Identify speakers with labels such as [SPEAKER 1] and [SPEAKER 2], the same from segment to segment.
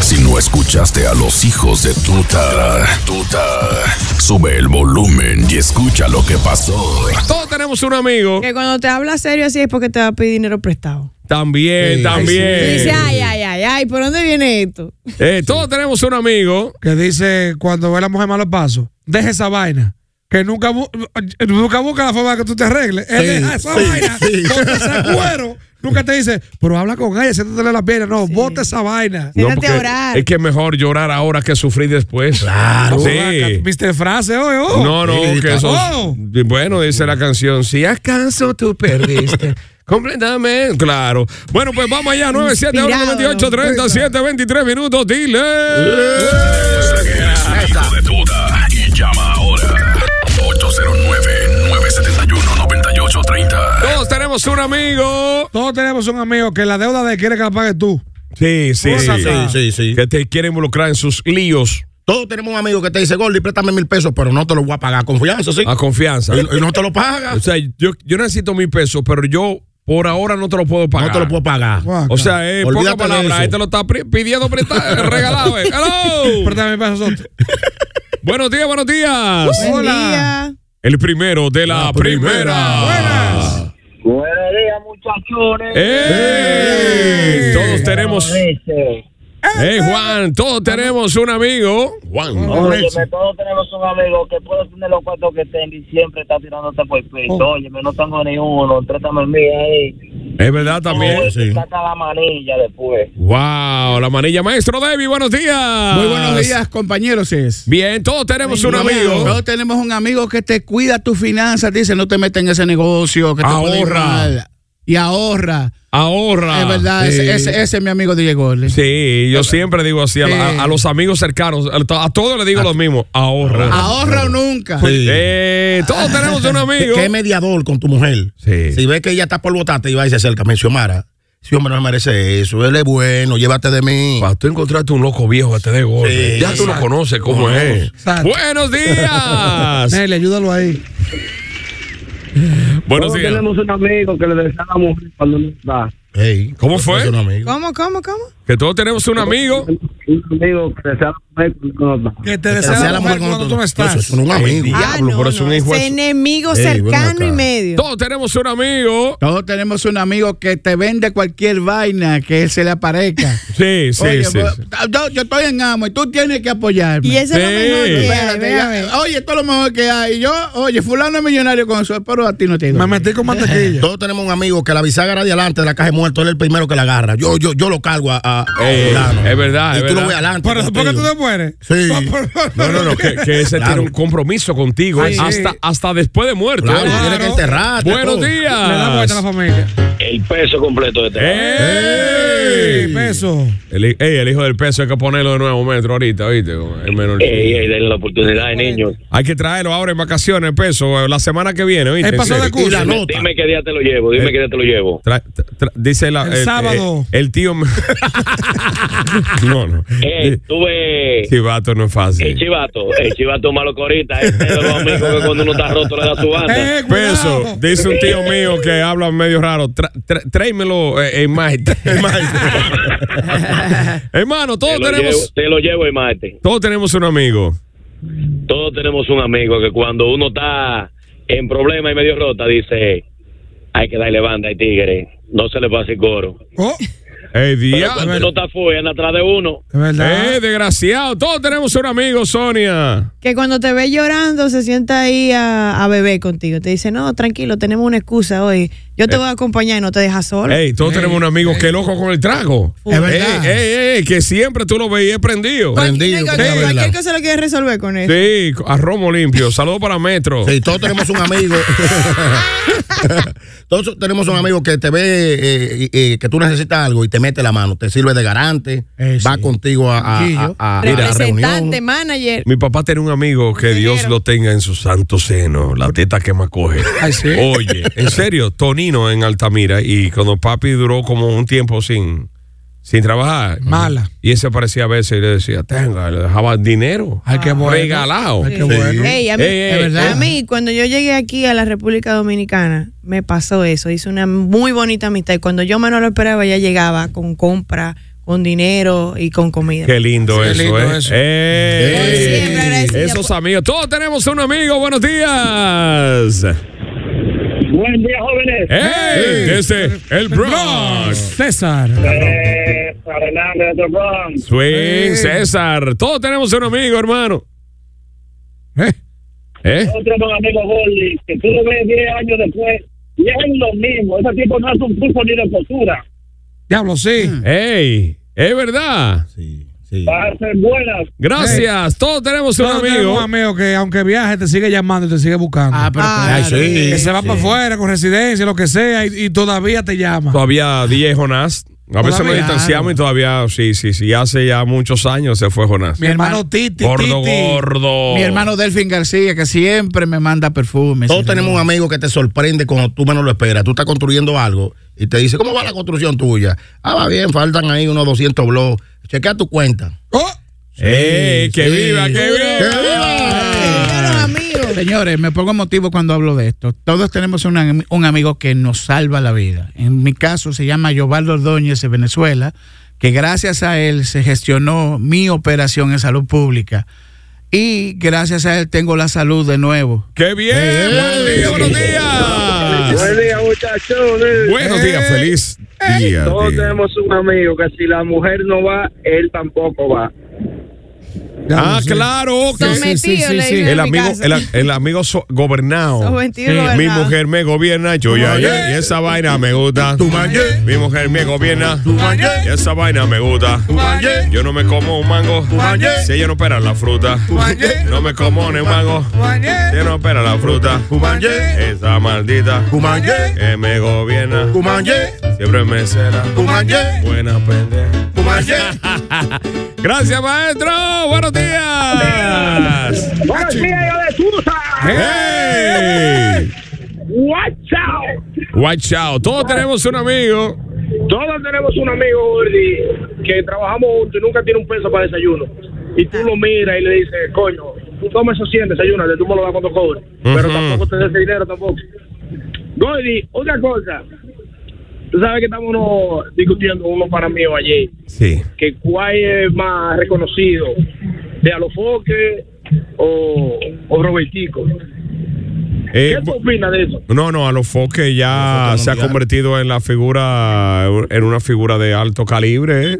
[SPEAKER 1] Si no escuchaste a los hijos de tuta, tuta, sube el volumen y escucha lo que pasó.
[SPEAKER 2] Todos tenemos un amigo.
[SPEAKER 3] Que cuando te habla serio así es porque te va a pedir dinero prestado.
[SPEAKER 2] También, también.
[SPEAKER 3] Tú dices, ay, ay, ay, ay, ¿por dónde viene esto?
[SPEAKER 2] Eh, todos tenemos un amigo.
[SPEAKER 4] que dice cuando ve a la mujer malos pasos, deja esa vaina. Que nunca, bu- nunca busca la forma de que tú te arregles. Él deja esa vaina, bota ese cuero. Nunca te dice, pero habla con ella, siéntate las piernas. No, bota esa vaina.
[SPEAKER 3] Siéntate
[SPEAKER 2] porque
[SPEAKER 3] a orar.
[SPEAKER 2] Es que es mejor llorar ahora que sufrir después. Claro. Sí.
[SPEAKER 4] ¿Viste frase hoy? Oh.
[SPEAKER 2] No, no, que eso.
[SPEAKER 4] Oh.
[SPEAKER 2] Bueno, dice la canción. Si acaso tú perdiste. Completamente, claro. Bueno, pues vamos allá, 97 30 7 23 minutos, dile.
[SPEAKER 1] Eres hijo de tuta y llama ahora. 809-971-9830.
[SPEAKER 2] Todos tenemos un amigo.
[SPEAKER 4] Todos tenemos un amigo que la deuda de él quiere que la pagues tú.
[SPEAKER 2] Sí, sí,
[SPEAKER 4] Cosa
[SPEAKER 2] sí.
[SPEAKER 4] tal.
[SPEAKER 5] Sí, sí.
[SPEAKER 2] Que te quiere involucrar en sus líos
[SPEAKER 5] Todos tenemos un amigo que te dice, Gordy, préstame mil pesos, pero no te lo voy a pagar. Confianza, sí.
[SPEAKER 2] a confianza.
[SPEAKER 5] Y, y no te lo
[SPEAKER 2] O
[SPEAKER 5] pagas.
[SPEAKER 2] sea, Ah, yo, yo necesito mil pesos, pero yo por ahora no te lo puedo pagar.
[SPEAKER 5] No te lo puedo pagar.
[SPEAKER 4] Guau.
[SPEAKER 2] O sea, eh, poca
[SPEAKER 5] Olvídate de
[SPEAKER 2] palabra,
[SPEAKER 5] eso.
[SPEAKER 2] ahí te lo está pri- pidiendo prestado, regalado. eh. Hello.
[SPEAKER 4] Pero también para nosotros.
[SPEAKER 2] buenos días, buenos días.
[SPEAKER 3] Buen
[SPEAKER 4] Hola.
[SPEAKER 3] día.
[SPEAKER 2] El primero de la, primera.
[SPEAKER 4] Buenas.
[SPEAKER 6] Buenos días, muchachones.
[SPEAKER 2] ¡Ey!
[SPEAKER 4] ¡Ey!
[SPEAKER 2] ¡Eh! Todos tenemos,
[SPEAKER 6] Dice,
[SPEAKER 2] eh, Juan, todos tenemos un amigo. Juan.
[SPEAKER 6] Óyeme, todos tenemos un amigo que puede tener los cuartos que tenga y siempre está tirándote por el piso.
[SPEAKER 4] Oh.
[SPEAKER 6] Óyeme, no tengo ni uno, trátame el mío ahí.
[SPEAKER 2] Es verdad también.
[SPEAKER 6] Oye, Saca la manilla después.
[SPEAKER 2] Wow, la manilla maestro David, buenos días.
[SPEAKER 7] Muy buenos días, compañeros. Es.
[SPEAKER 2] Bien, todos tenemos un amigo.
[SPEAKER 7] Todos tenemos un amigo que te cuida tus finanzas, dice, no te metas en ese negocio, que te puede ir
[SPEAKER 2] Ahorra.
[SPEAKER 7] mal. Y ahorra.
[SPEAKER 2] Ahorra.
[SPEAKER 7] es verdad,
[SPEAKER 2] Sí.
[SPEAKER 7] ese, ese- ese es mi amigo DJ Gorley.
[SPEAKER 2] Sí, yo siempre digo así a, la-
[SPEAKER 7] Sí.
[SPEAKER 2] a los amigos cercanos, a, to- a todos les digo lo mismo, ahorra.
[SPEAKER 7] Ahorra o nunca.
[SPEAKER 5] Sí.
[SPEAKER 2] Eh, todos tenemos un
[SPEAKER 5] Que,
[SPEAKER 2] amigo.
[SPEAKER 5] que es mediador con tu mujer.
[SPEAKER 2] Sí.
[SPEAKER 5] Si ves que ella está por botarte y va y se acerca, me dice, Omara, si hombre no me merece eso, él es bueno, llévate de mí.
[SPEAKER 2] Para tú encontraste un loco viejo que te dé golpe.
[SPEAKER 5] Sí,
[SPEAKER 2] ya tú lo
[SPEAKER 5] exacto.
[SPEAKER 2] conoces cómo es.
[SPEAKER 4] Exacto.
[SPEAKER 2] Buenos días.
[SPEAKER 4] Nelly, ayúdalo ahí.
[SPEAKER 2] Buenos días.
[SPEAKER 6] un amigo que le desea la mujer cuando no está.
[SPEAKER 5] Ey,
[SPEAKER 2] ¿Cómo fue?
[SPEAKER 5] es un amigo.
[SPEAKER 3] ¿Cómo, cómo, cómo?
[SPEAKER 2] Que todos tenemos un amigo.
[SPEAKER 6] Un amigo que le desea la mujer cuando no está.
[SPEAKER 4] Que te
[SPEAKER 5] Que
[SPEAKER 4] desea la, mujer cuando tú no
[SPEAKER 5] Eso
[SPEAKER 4] estás. Ah,
[SPEAKER 5] es un amigo.
[SPEAKER 3] Ah,
[SPEAKER 2] Diablo, pero es un hijo de
[SPEAKER 3] Es
[SPEAKER 2] su-
[SPEAKER 3] enemigo
[SPEAKER 5] Ey, ven
[SPEAKER 3] cercano
[SPEAKER 5] acá.
[SPEAKER 3] y medio.
[SPEAKER 2] Todos tenemos un amigo.
[SPEAKER 7] Todos tenemos un amigo que te vende cualquier vaina que se le aparezca.
[SPEAKER 2] Sí, sí,
[SPEAKER 7] Oye,
[SPEAKER 2] sí.
[SPEAKER 7] pues,
[SPEAKER 2] sí.
[SPEAKER 7] yo, yo estoy en amo y tú tienes que apoyarme.
[SPEAKER 3] Y eso es lo
[SPEAKER 2] Sí.
[SPEAKER 3] mejor que hay,
[SPEAKER 7] Espérate,
[SPEAKER 3] ve a
[SPEAKER 7] ya.
[SPEAKER 4] Oh,
[SPEAKER 3] ver.
[SPEAKER 7] Oye, esto es lo mejor que hay. Y Yo, oye, fulano es millonario con eso, pero a ti no te digo.
[SPEAKER 4] Me metí con mantequilla.
[SPEAKER 5] Eh, Todos tenemos un amigo que la bisagra de adelante de la caja de muerto, él es el primero que la agarra. Yo, yo, yo lo cargo a. a- a
[SPEAKER 2] Ey,
[SPEAKER 5] fulano.
[SPEAKER 2] Eh, es verdad,
[SPEAKER 5] Y
[SPEAKER 2] es
[SPEAKER 5] tú
[SPEAKER 2] verdad.
[SPEAKER 5] lo ves adelante.
[SPEAKER 4] Pero ¿por qué tú te mueres?
[SPEAKER 5] Sí.
[SPEAKER 2] No, no, no, que, que ese
[SPEAKER 5] Claro.
[SPEAKER 2] tiene un compromiso contigo
[SPEAKER 4] Ah, Sí.
[SPEAKER 2] hasta, hasta después de muerto.
[SPEAKER 5] Claro,
[SPEAKER 2] ¿eh?
[SPEAKER 5] tienes que enterrarte.
[SPEAKER 2] Buenos
[SPEAKER 5] todo.
[SPEAKER 4] Le da vuelta a la
[SPEAKER 2] días.
[SPEAKER 4] familia.
[SPEAKER 6] El peso completo de este
[SPEAKER 2] Eh.
[SPEAKER 4] ¡Ey!
[SPEAKER 2] ¡Ey!
[SPEAKER 4] Peso.
[SPEAKER 2] El, hi- ey, el hijo del peso hay que ponerlo de nuevo metro ahorita, ¿viste? El menor.
[SPEAKER 6] denle la oportunidad de niños.
[SPEAKER 2] Hay que traerlo ahora en vacaciones, el peso, eh, la semana que viene, ¿viste?
[SPEAKER 4] Él pasó de
[SPEAKER 5] Y
[SPEAKER 4] curso.
[SPEAKER 5] la nota.
[SPEAKER 6] qué día te lo llevo, dime qué día te lo llevo.
[SPEAKER 2] Tra- tra- dice la,
[SPEAKER 4] El sábado.
[SPEAKER 2] el tío. me- no, no.
[SPEAKER 6] tuve...
[SPEAKER 2] Sí, vato, no es
[SPEAKER 6] Eh, El
[SPEAKER 2] fácil.
[SPEAKER 6] chivato, el chivato malo corita, es de los amigos que cuando uno está roto le da su banda.
[SPEAKER 4] ¡Eh, cuidado!
[SPEAKER 2] Peso, dice un tío mío que habla medio raro. tra- tra- tráemelo eh, en Marte. Hermano,
[SPEAKER 6] Te
[SPEAKER 2] todos
[SPEAKER 6] lo, llevo,
[SPEAKER 2] tenemos,
[SPEAKER 6] te lo llevo el martes.
[SPEAKER 2] todos tenemos un amigo.
[SPEAKER 6] Todos tenemos un amigo que cuando uno está en problema y medio rota dice, hay que darle banda al tigre, no se le pase el coro.
[SPEAKER 4] Oh,
[SPEAKER 2] ¡Ey,
[SPEAKER 6] Pero cuando
[SPEAKER 2] diablo!
[SPEAKER 6] no está fuera, anda atrás de uno.
[SPEAKER 4] Es verdad.
[SPEAKER 2] ¡Ey, desgraciado! Todos tenemos un amigo, Sonia.
[SPEAKER 3] Que cuando te ve llorando se sienta ahí a, a beber contigo. Te dice, no, tranquilo, tenemos una excusa hoy. Yo te voy a acompañar y no te dejas solo.
[SPEAKER 2] Eh. Ey, todos tenemos un amigo que es loco con el trago.
[SPEAKER 5] Es verdad.
[SPEAKER 2] Ey, ey, ey, que siempre tú lo veías prendido.
[SPEAKER 5] Bueno. Prendido,
[SPEAKER 3] Cualquier-
[SPEAKER 5] porque es
[SPEAKER 3] cualquier
[SPEAKER 5] verdad.
[SPEAKER 3] cosa lo quieres resolver con eso.
[SPEAKER 2] Sí, a Romo limpio. Saludos para Metro.
[SPEAKER 5] Sí, todos tenemos un amigo. todos tenemos un amigo que te ve, eh, eh, que tú necesitas algo y te mete la mano, te sirve de garante,
[SPEAKER 4] Eh, sí.
[SPEAKER 5] va contigo a, a- a- a- a la reunión.
[SPEAKER 3] Representante, manager.
[SPEAKER 2] Mi papá tiene un amigo que Dios lo tenga en su santo seno, la teta que más coge.
[SPEAKER 4] Ay, sí.
[SPEAKER 2] Oye, en serio, Tonino en Altamira y cuando papi duró como un tiempo sin, sin trabajar.
[SPEAKER 4] Mala.
[SPEAKER 2] Y ese aparecía a veces y le decía, tenga, le dejaba dinero.
[SPEAKER 4] Ay, qué bueno.
[SPEAKER 2] Regalado.
[SPEAKER 4] Ay, qué bueno.
[SPEAKER 3] Ey, a mí,
[SPEAKER 2] Ey, ey,
[SPEAKER 3] a
[SPEAKER 2] ¿verdad?
[SPEAKER 3] mí, cuando yo llegué aquí a la República Dominicana, me pasó eso. Hice una muy bonita amistad. Y cuando yo menos lo esperaba, ya llegaba con compra, con dinero y con comida.
[SPEAKER 2] Qué lindo
[SPEAKER 4] Qué
[SPEAKER 2] eso,
[SPEAKER 4] lindo
[SPEAKER 2] ¿eh?
[SPEAKER 4] eso.
[SPEAKER 2] ¡Ey!
[SPEAKER 3] Por siempre agradecida
[SPEAKER 2] Esos amigos. Todos tenemos un amigo. Buenos días.
[SPEAKER 6] Buen día, jóvenes.
[SPEAKER 2] ¡Ey! Desde el Bronx.
[SPEAKER 4] César.
[SPEAKER 6] Eh, Fernández de Bronx.
[SPEAKER 2] Swing, César. Todos tenemos un amigo, hermano.
[SPEAKER 4] Eh,
[SPEAKER 2] ¿Eh?
[SPEAKER 6] Yo tengo un amigo Gordy, que tú lo ves 10 años después, y es lo mismo. Ese tipo no hace un curso ni de postura.
[SPEAKER 4] Diablo, sí.
[SPEAKER 2] ¡Ey! Es verdad.
[SPEAKER 5] Sí, sí.
[SPEAKER 6] Va a ser buenas.
[SPEAKER 2] Gracias. Todos tenemos un
[SPEAKER 4] Todos tenemos
[SPEAKER 2] amigo.
[SPEAKER 4] un amigo que aunque viaje te sigue llamando y te sigue buscando.
[SPEAKER 7] Ah, pero
[SPEAKER 3] Ah,
[SPEAKER 7] claro.
[SPEAKER 5] Ay, sí.
[SPEAKER 4] que se va
[SPEAKER 5] sí.
[SPEAKER 4] para afuera con residencia, lo que sea, y, y todavía te llama.
[SPEAKER 2] Todavía DJ Jonás. A veces
[SPEAKER 4] Todavía.
[SPEAKER 2] nos distanciamos y todavía, sí, sí, sí. Hace ya muchos años se fue Jonás.
[SPEAKER 4] Mi hermano Titi.
[SPEAKER 2] Gordo,
[SPEAKER 4] Titi.
[SPEAKER 2] gordo.
[SPEAKER 7] Mi hermano Delfín García, que siempre me manda perfumes.
[SPEAKER 5] Todos tenemos un amigo que te sorprende cuando tú menos lo esperas. Tú estás construyendo algo y te dice, ¿cómo va la construcción tuya? Ah, va bien, faltan ahí unos 200 blogs. Chequea tu cuenta.
[SPEAKER 4] Oh,
[SPEAKER 2] ¡Ey! ¡Que
[SPEAKER 5] Sí.
[SPEAKER 2] viva, que viva!
[SPEAKER 5] ¡Que viva!
[SPEAKER 7] Señores, me pongo emotivo cuando hablo de esto. Todos tenemos un, am- un amigo que nos salva la vida. En mi caso se llama Yobaldo Ordóñez de Venezuela, que gracias a él se gestionó mi operación en salud pública. Y gracias a él tengo la salud de nuevo.
[SPEAKER 2] ¡Qué bien!
[SPEAKER 5] Ey.
[SPEAKER 2] ¡Buenos días! ¡Buenos días!
[SPEAKER 6] día, muchachones.
[SPEAKER 2] Ah. Buenos días, feliz día.
[SPEAKER 6] Todos
[SPEAKER 2] de-
[SPEAKER 6] tenemos un amigo que si la mujer no va, él tampoco va.
[SPEAKER 2] Ah, claro, que
[SPEAKER 3] Sometido, le dicen en
[SPEAKER 2] el
[SPEAKER 3] mi
[SPEAKER 2] amigo,
[SPEAKER 3] casa.
[SPEAKER 2] el, el amigo so- gobernado.
[SPEAKER 3] Sometido,
[SPEAKER 2] Mi
[SPEAKER 3] gobernado.
[SPEAKER 2] mujer eh, me gobierna, yo ya, ya, y esa vaina me gusta. Mi mujer me gobierna, y esa vaina me gusta. Yo no me como un mango, si ella no opera la fruta. No me como ni un mango, si ella no opera la fruta. Esa maldita que me gobierna, siempre me será buena pendeja. Gracias, maestro. Buenos días.
[SPEAKER 6] ¡Buenos días, hijo de Susa!
[SPEAKER 2] ¡Hey!
[SPEAKER 6] Watch out.
[SPEAKER 2] Watch out. Todos tenemos un amigo.
[SPEAKER 6] Todos tenemos un amigo Gordy que trabajamos juntos y nunca tiene un peso para desayuno. Y tú lo miras y le dices, coño, tú toma esos 100, desayúnate, tú me lo das cuando cobre. Pero
[SPEAKER 2] Ujú.
[SPEAKER 6] tampoco te des ese dinero tampoco. Gordy, otra cosa. Tú sabes que estamos uno- discutiendo uno para mí ayer,
[SPEAKER 2] Sí.
[SPEAKER 6] que cuál es más reconocido, de Alofoque o, o Robertico. ¿Qué tú opinas de eso?
[SPEAKER 2] Eh, no, no, a los foques ya se ha convertido en la figura, en una figura de alto calibre. ¿eh?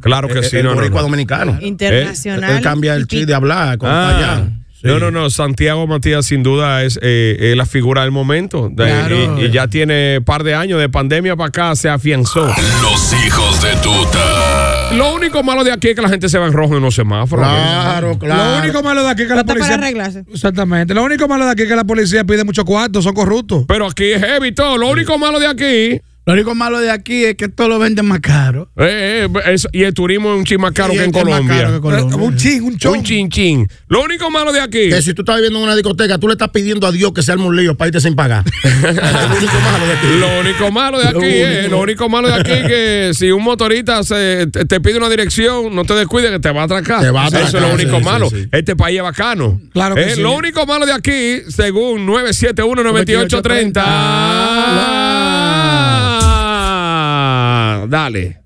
[SPEAKER 2] Claro que
[SPEAKER 5] El,
[SPEAKER 2] sí,
[SPEAKER 5] Eh, el
[SPEAKER 2] no, no,
[SPEAKER 5] boricua
[SPEAKER 2] no.
[SPEAKER 5] dominicano.
[SPEAKER 2] eh,
[SPEAKER 3] Internacional.
[SPEAKER 5] Él cambia el chip de hablar con
[SPEAKER 2] Ah,
[SPEAKER 5] allá. Sí.
[SPEAKER 2] No, no, no. Santiago Matías, sin duda, es, eh, es la figura del momento. De-
[SPEAKER 7] Claro.
[SPEAKER 2] y, y ya tiene par de años de pandemia para acá, se afianzó.
[SPEAKER 1] Los hijos de tuta.
[SPEAKER 2] Lo único malo de aquí es que la gente se va en rojo en los semáforos.
[SPEAKER 5] Claro, claro.
[SPEAKER 4] Lo único malo de aquí es que la
[SPEAKER 3] Plata
[SPEAKER 2] pues,
[SPEAKER 3] para
[SPEAKER 4] policía.
[SPEAKER 3] arreglarse.
[SPEAKER 4] Exactamente. Lo único malo de aquí es que la policía pide mucho cuarto, son corruptos.
[SPEAKER 2] Pero aquí es heavy todo. Lo único malo de aquí
[SPEAKER 7] Lo único malo de aquí es que todo lo venden más caro.
[SPEAKER 2] Eh, eh, es- y el turismo es un chin más caro
[SPEAKER 7] Y
[SPEAKER 2] que en
[SPEAKER 7] es más
[SPEAKER 2] Colombia. Eh,
[SPEAKER 7] caro que Colombia.
[SPEAKER 4] Un ching, un chon.
[SPEAKER 2] un chin chin. Lo único malo de aquí.
[SPEAKER 5] Que si tú estás viviendo en una discoteca, tú le estás pidiendo a Dios que se arme un lío para irte sin pagar. Lo único malo de aquí.
[SPEAKER 2] Lo único malo de aquí
[SPEAKER 5] Lo
[SPEAKER 2] es,
[SPEAKER 5] único.
[SPEAKER 2] lo único malo de aquí es que si un motorista se- te, te pide una dirección, no te descuides que te va a atracar.
[SPEAKER 5] Te va a
[SPEAKER 2] Eso es lo
[SPEAKER 5] atracar,
[SPEAKER 2] único
[SPEAKER 5] sí,
[SPEAKER 2] malo.
[SPEAKER 5] sí, sí.
[SPEAKER 2] Este país es bacano.
[SPEAKER 4] Claro que
[SPEAKER 2] Eh,
[SPEAKER 4] sí.
[SPEAKER 2] Lo único malo de aquí, según 971-9830. Ah, Dale.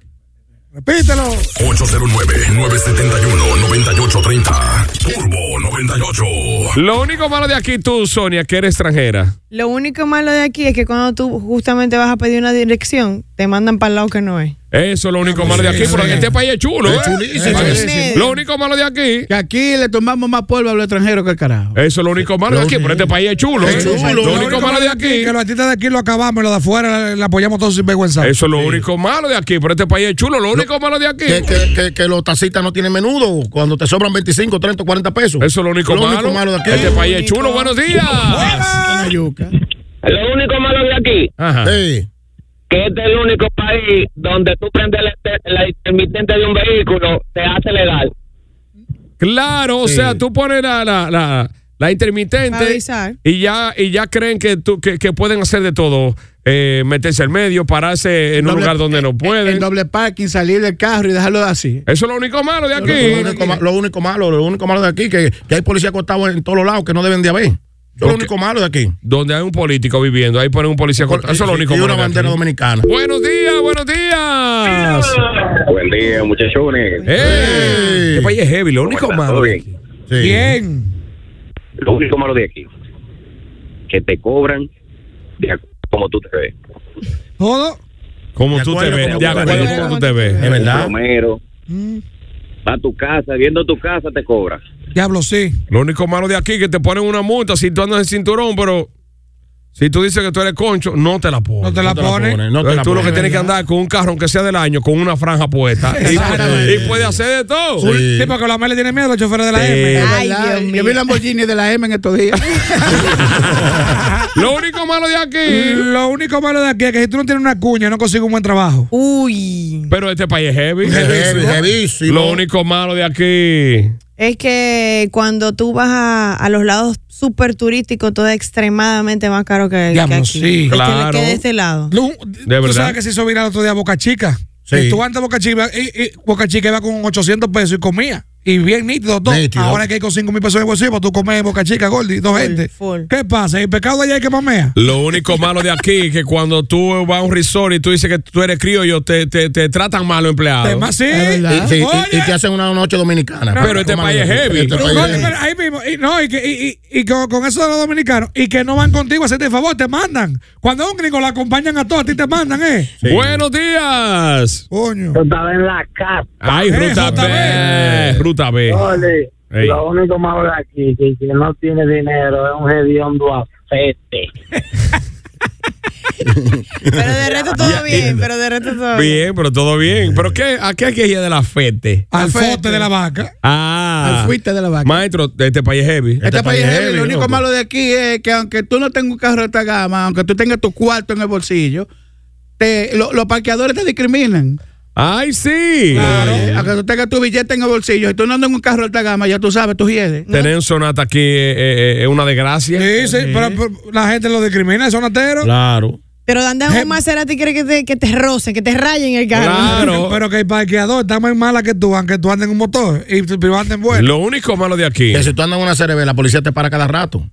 [SPEAKER 4] Repítelo.
[SPEAKER 1] 809-971-9830. Turbo 98.
[SPEAKER 2] Lo único malo de aquí tú, Sonia, que eres extranjera.
[SPEAKER 3] Lo único malo de aquí es que cuando tú justamente vas a pedir una dirección, te mandan para el lado que no es.
[SPEAKER 2] Eso es lo único malo de aquí, pero en este país es chulo. ¿eh? Para que- Lo único malo de aquí.
[SPEAKER 7] Que aquí le tomamos más polvo a los extranjeros que el carajo.
[SPEAKER 2] Eso es lo único malo de aquí, pero este país es chulo. ¿eh? Lo único malo de aquí.
[SPEAKER 4] Que los artistas de aquí lo acabamos y los de afuera le apoyamos todos sin vergüenza.
[SPEAKER 2] Eso es lo único malo de aquí, pero este país es chulo. Lo único malo de aquí.
[SPEAKER 5] Que, que- que- que los taxistas no tienen menudo cuando te sobran 25, 30, 40 pesos.
[SPEAKER 2] Eso es lo único malo.
[SPEAKER 5] de aquí.
[SPEAKER 2] Este país es chulo. Buenos días.
[SPEAKER 7] Una yuca.
[SPEAKER 8] Lo único malo de aquí,
[SPEAKER 2] Ajá.
[SPEAKER 5] Sí.
[SPEAKER 8] que este es el único país donde tú prendes la, inter- la intermitente de un vehículo, te hace legal.
[SPEAKER 2] Claro, o sea, tú pones la, la, la, la
[SPEAKER 3] Para
[SPEAKER 2] intermitente
[SPEAKER 3] avisar.
[SPEAKER 2] y ya, y ya creen que, tú, que, que pueden hacer de todo. Eh, meterse al medio, pararse en un
[SPEAKER 7] Doble- eh,
[SPEAKER 2] lugar donde no
[SPEAKER 7] En
[SPEAKER 2] pueden.
[SPEAKER 7] doble parking, salir del carro y dejarlo así.
[SPEAKER 2] Eso es lo único malo de
[SPEAKER 5] Lo
[SPEAKER 2] aquí.
[SPEAKER 5] único, ma- lo único malo, lo único malo de aquí, que, que hay policías acostados en todos los lados que no deben de haber. Eso
[SPEAKER 2] Ok.
[SPEAKER 5] es lo único malo de aquí.
[SPEAKER 2] Donde hay un político viviendo, ahí ponen un policía. con- Eso es lo
[SPEAKER 5] Y-
[SPEAKER 2] único
[SPEAKER 5] Y
[SPEAKER 2] malo.
[SPEAKER 5] una
[SPEAKER 2] de
[SPEAKER 5] bandera
[SPEAKER 2] aquí.
[SPEAKER 5] dominicana.
[SPEAKER 2] Buenos días, buenos días.
[SPEAKER 6] Buen día, muchachones.
[SPEAKER 2] ¡Eh! Este país es heavy, lo único
[SPEAKER 6] ¿Cómo está?
[SPEAKER 2] malo.
[SPEAKER 6] ¿Todo
[SPEAKER 2] de
[SPEAKER 6] bien?
[SPEAKER 2] aquí.
[SPEAKER 5] Sí.
[SPEAKER 4] Bien.
[SPEAKER 6] Lo único malo de aquí, que te cobran de ac- como tú te ves.
[SPEAKER 4] Todo.
[SPEAKER 2] Como
[SPEAKER 5] De
[SPEAKER 2] tú te
[SPEAKER 5] acuerdo,
[SPEAKER 2] ves,
[SPEAKER 5] como
[SPEAKER 2] de
[SPEAKER 5] tú te
[SPEAKER 2] acuerdo
[SPEAKER 5] ves.
[SPEAKER 2] como tú te ves.
[SPEAKER 5] Es verdad.
[SPEAKER 6] Plomero, va a tu casa, viendo tu casa te cobra.
[SPEAKER 4] Diablo, sí.
[SPEAKER 2] Lo único malo de aquí es que te ponen una multa si tú andas en cinturón, pero si tú dices que tú eres concho, no te la ponen.
[SPEAKER 4] No te la ponen.
[SPEAKER 5] no te
[SPEAKER 2] Entonces,
[SPEAKER 5] la
[SPEAKER 2] tú lo que
[SPEAKER 5] ponen.
[SPEAKER 2] tienes que andar es con un carro, aunque sea del año, con una franja puesta. y,
[SPEAKER 5] Exactamente.
[SPEAKER 2] y puede hacer de todo.
[SPEAKER 5] Sí.
[SPEAKER 4] Sí, porque los más le tienen miedo a los choferes de la
[SPEAKER 5] Eh,
[SPEAKER 4] M.
[SPEAKER 3] Ay,
[SPEAKER 7] ¿Verdad?
[SPEAKER 3] Dios mío.
[SPEAKER 7] Yo vi un Lamborghini de la M en estos días.
[SPEAKER 2] Lo único malo de aquí.
[SPEAKER 4] Lo único malo de aquí es que si tú no tienes una cuña, no consigues un buen trabajo.
[SPEAKER 3] Uy.
[SPEAKER 2] Pero este país es heavy.
[SPEAKER 5] Heavy, heavísimo.
[SPEAKER 2] Lo único malo de aquí.
[SPEAKER 3] Es que cuando tú vas a, a los lados súper turísticos, todo es extremadamente más caro que,
[SPEAKER 4] Diablo,
[SPEAKER 3] que aquí.
[SPEAKER 4] Ah, sí.
[SPEAKER 3] El que le
[SPEAKER 2] Claro.
[SPEAKER 3] quede de este lado.
[SPEAKER 4] Lu- tú
[SPEAKER 2] verdad?
[SPEAKER 4] sabes que se hizo viral otro día Boca Chica.
[SPEAKER 5] Sí.
[SPEAKER 4] Que Tú antes a Boca Chica y, y Boca Chica iba con 800 pesos y comía. Y bien nítido todo.
[SPEAKER 5] Nítido.
[SPEAKER 4] Ahora que hay con 5 mil pesos de bolsillo para tú comer en Boca Chica, Gordy, dos gente.
[SPEAKER 3] full.
[SPEAKER 4] ¿Qué pasa? ¿El pecado allá hay que mamea?
[SPEAKER 2] Lo único malo de aquí es que cuando tú vas a un resort y tú dices que tú eres criollo, te, te, te tratan mal los empleados.
[SPEAKER 4] Además, sí.
[SPEAKER 5] Y, sí, y- y
[SPEAKER 4] Oye.
[SPEAKER 5] te hacen una noche
[SPEAKER 4] Ah,
[SPEAKER 5] dominicana.
[SPEAKER 2] Pero este
[SPEAKER 5] ¿cómo
[SPEAKER 2] país
[SPEAKER 5] lo
[SPEAKER 2] es
[SPEAKER 5] ves?
[SPEAKER 2] heavy.
[SPEAKER 5] Este
[SPEAKER 4] Tú,
[SPEAKER 5] país
[SPEAKER 4] Gordy,
[SPEAKER 5] es heavy.
[SPEAKER 4] pero ahí mismo, y, no, y, que, y, y- y con, con eso de los dominicanos, y que no van contigo a hacerte favor, te mandan. Cuando a un gringo la acompañan a todos, a ti te mandan, ¿eh?
[SPEAKER 5] Sí.
[SPEAKER 2] Buenos días.
[SPEAKER 4] Coño.
[SPEAKER 8] Estaba en la casa.
[SPEAKER 2] Ay,
[SPEAKER 4] Eh,
[SPEAKER 2] ruta
[SPEAKER 4] Ruta
[SPEAKER 2] B.
[SPEAKER 4] B.
[SPEAKER 2] Ruta B.
[SPEAKER 8] Ole,
[SPEAKER 2] Ey.
[SPEAKER 8] Lo único malo de aquí, que, que no tiene dinero, es un hediondo afete.
[SPEAKER 3] Pero de resto todo bien, pero de resto todo bien.
[SPEAKER 2] Bien, pero todo
[SPEAKER 4] Eh.
[SPEAKER 2] bien. ¿Pero qué? ¿A qué hay que ir de la fete?
[SPEAKER 4] Al
[SPEAKER 7] Afete.
[SPEAKER 4] fote de la vaca.
[SPEAKER 2] Ah.
[SPEAKER 7] Al fuiste de la vaca.
[SPEAKER 2] Maestro, de este país es heavy.
[SPEAKER 4] Eh.
[SPEAKER 7] Este,
[SPEAKER 5] Este
[SPEAKER 7] país es
[SPEAKER 5] país
[SPEAKER 7] heavy. Lo
[SPEAKER 5] heavy,
[SPEAKER 7] único
[SPEAKER 5] loco.
[SPEAKER 7] malo de aquí es que aunque tú no tengas un carro de esta gama, aunque tú tengas tu cuarto en el bolsillo, te, lo- los parqueadores te discriminan.
[SPEAKER 2] ¡Ay, sí!
[SPEAKER 7] Eh, Aunque tú tengas tu billete en el bolsillo y tú no andas en un carro de alta gama, ya tú sabes, tú hieres.
[SPEAKER 2] Tener un sonata aquí eh, eh, eh, es una desgracia.
[SPEAKER 4] Sí, sí, pero, pero la gente lo discrimina, son ateros.
[SPEAKER 2] Claro.
[SPEAKER 3] Pero andas en un Maserati y quieres que te, que te rocen, que te rayen el carro.
[SPEAKER 2] Claro.
[SPEAKER 4] Pero que el parqueador está más mala que tú, aunque tú andes en un motor y tú tú andes en vuelo.
[SPEAKER 2] Lo único malo de aquí.
[SPEAKER 5] Que si tú andas en una CRB, la policía te para cada rato.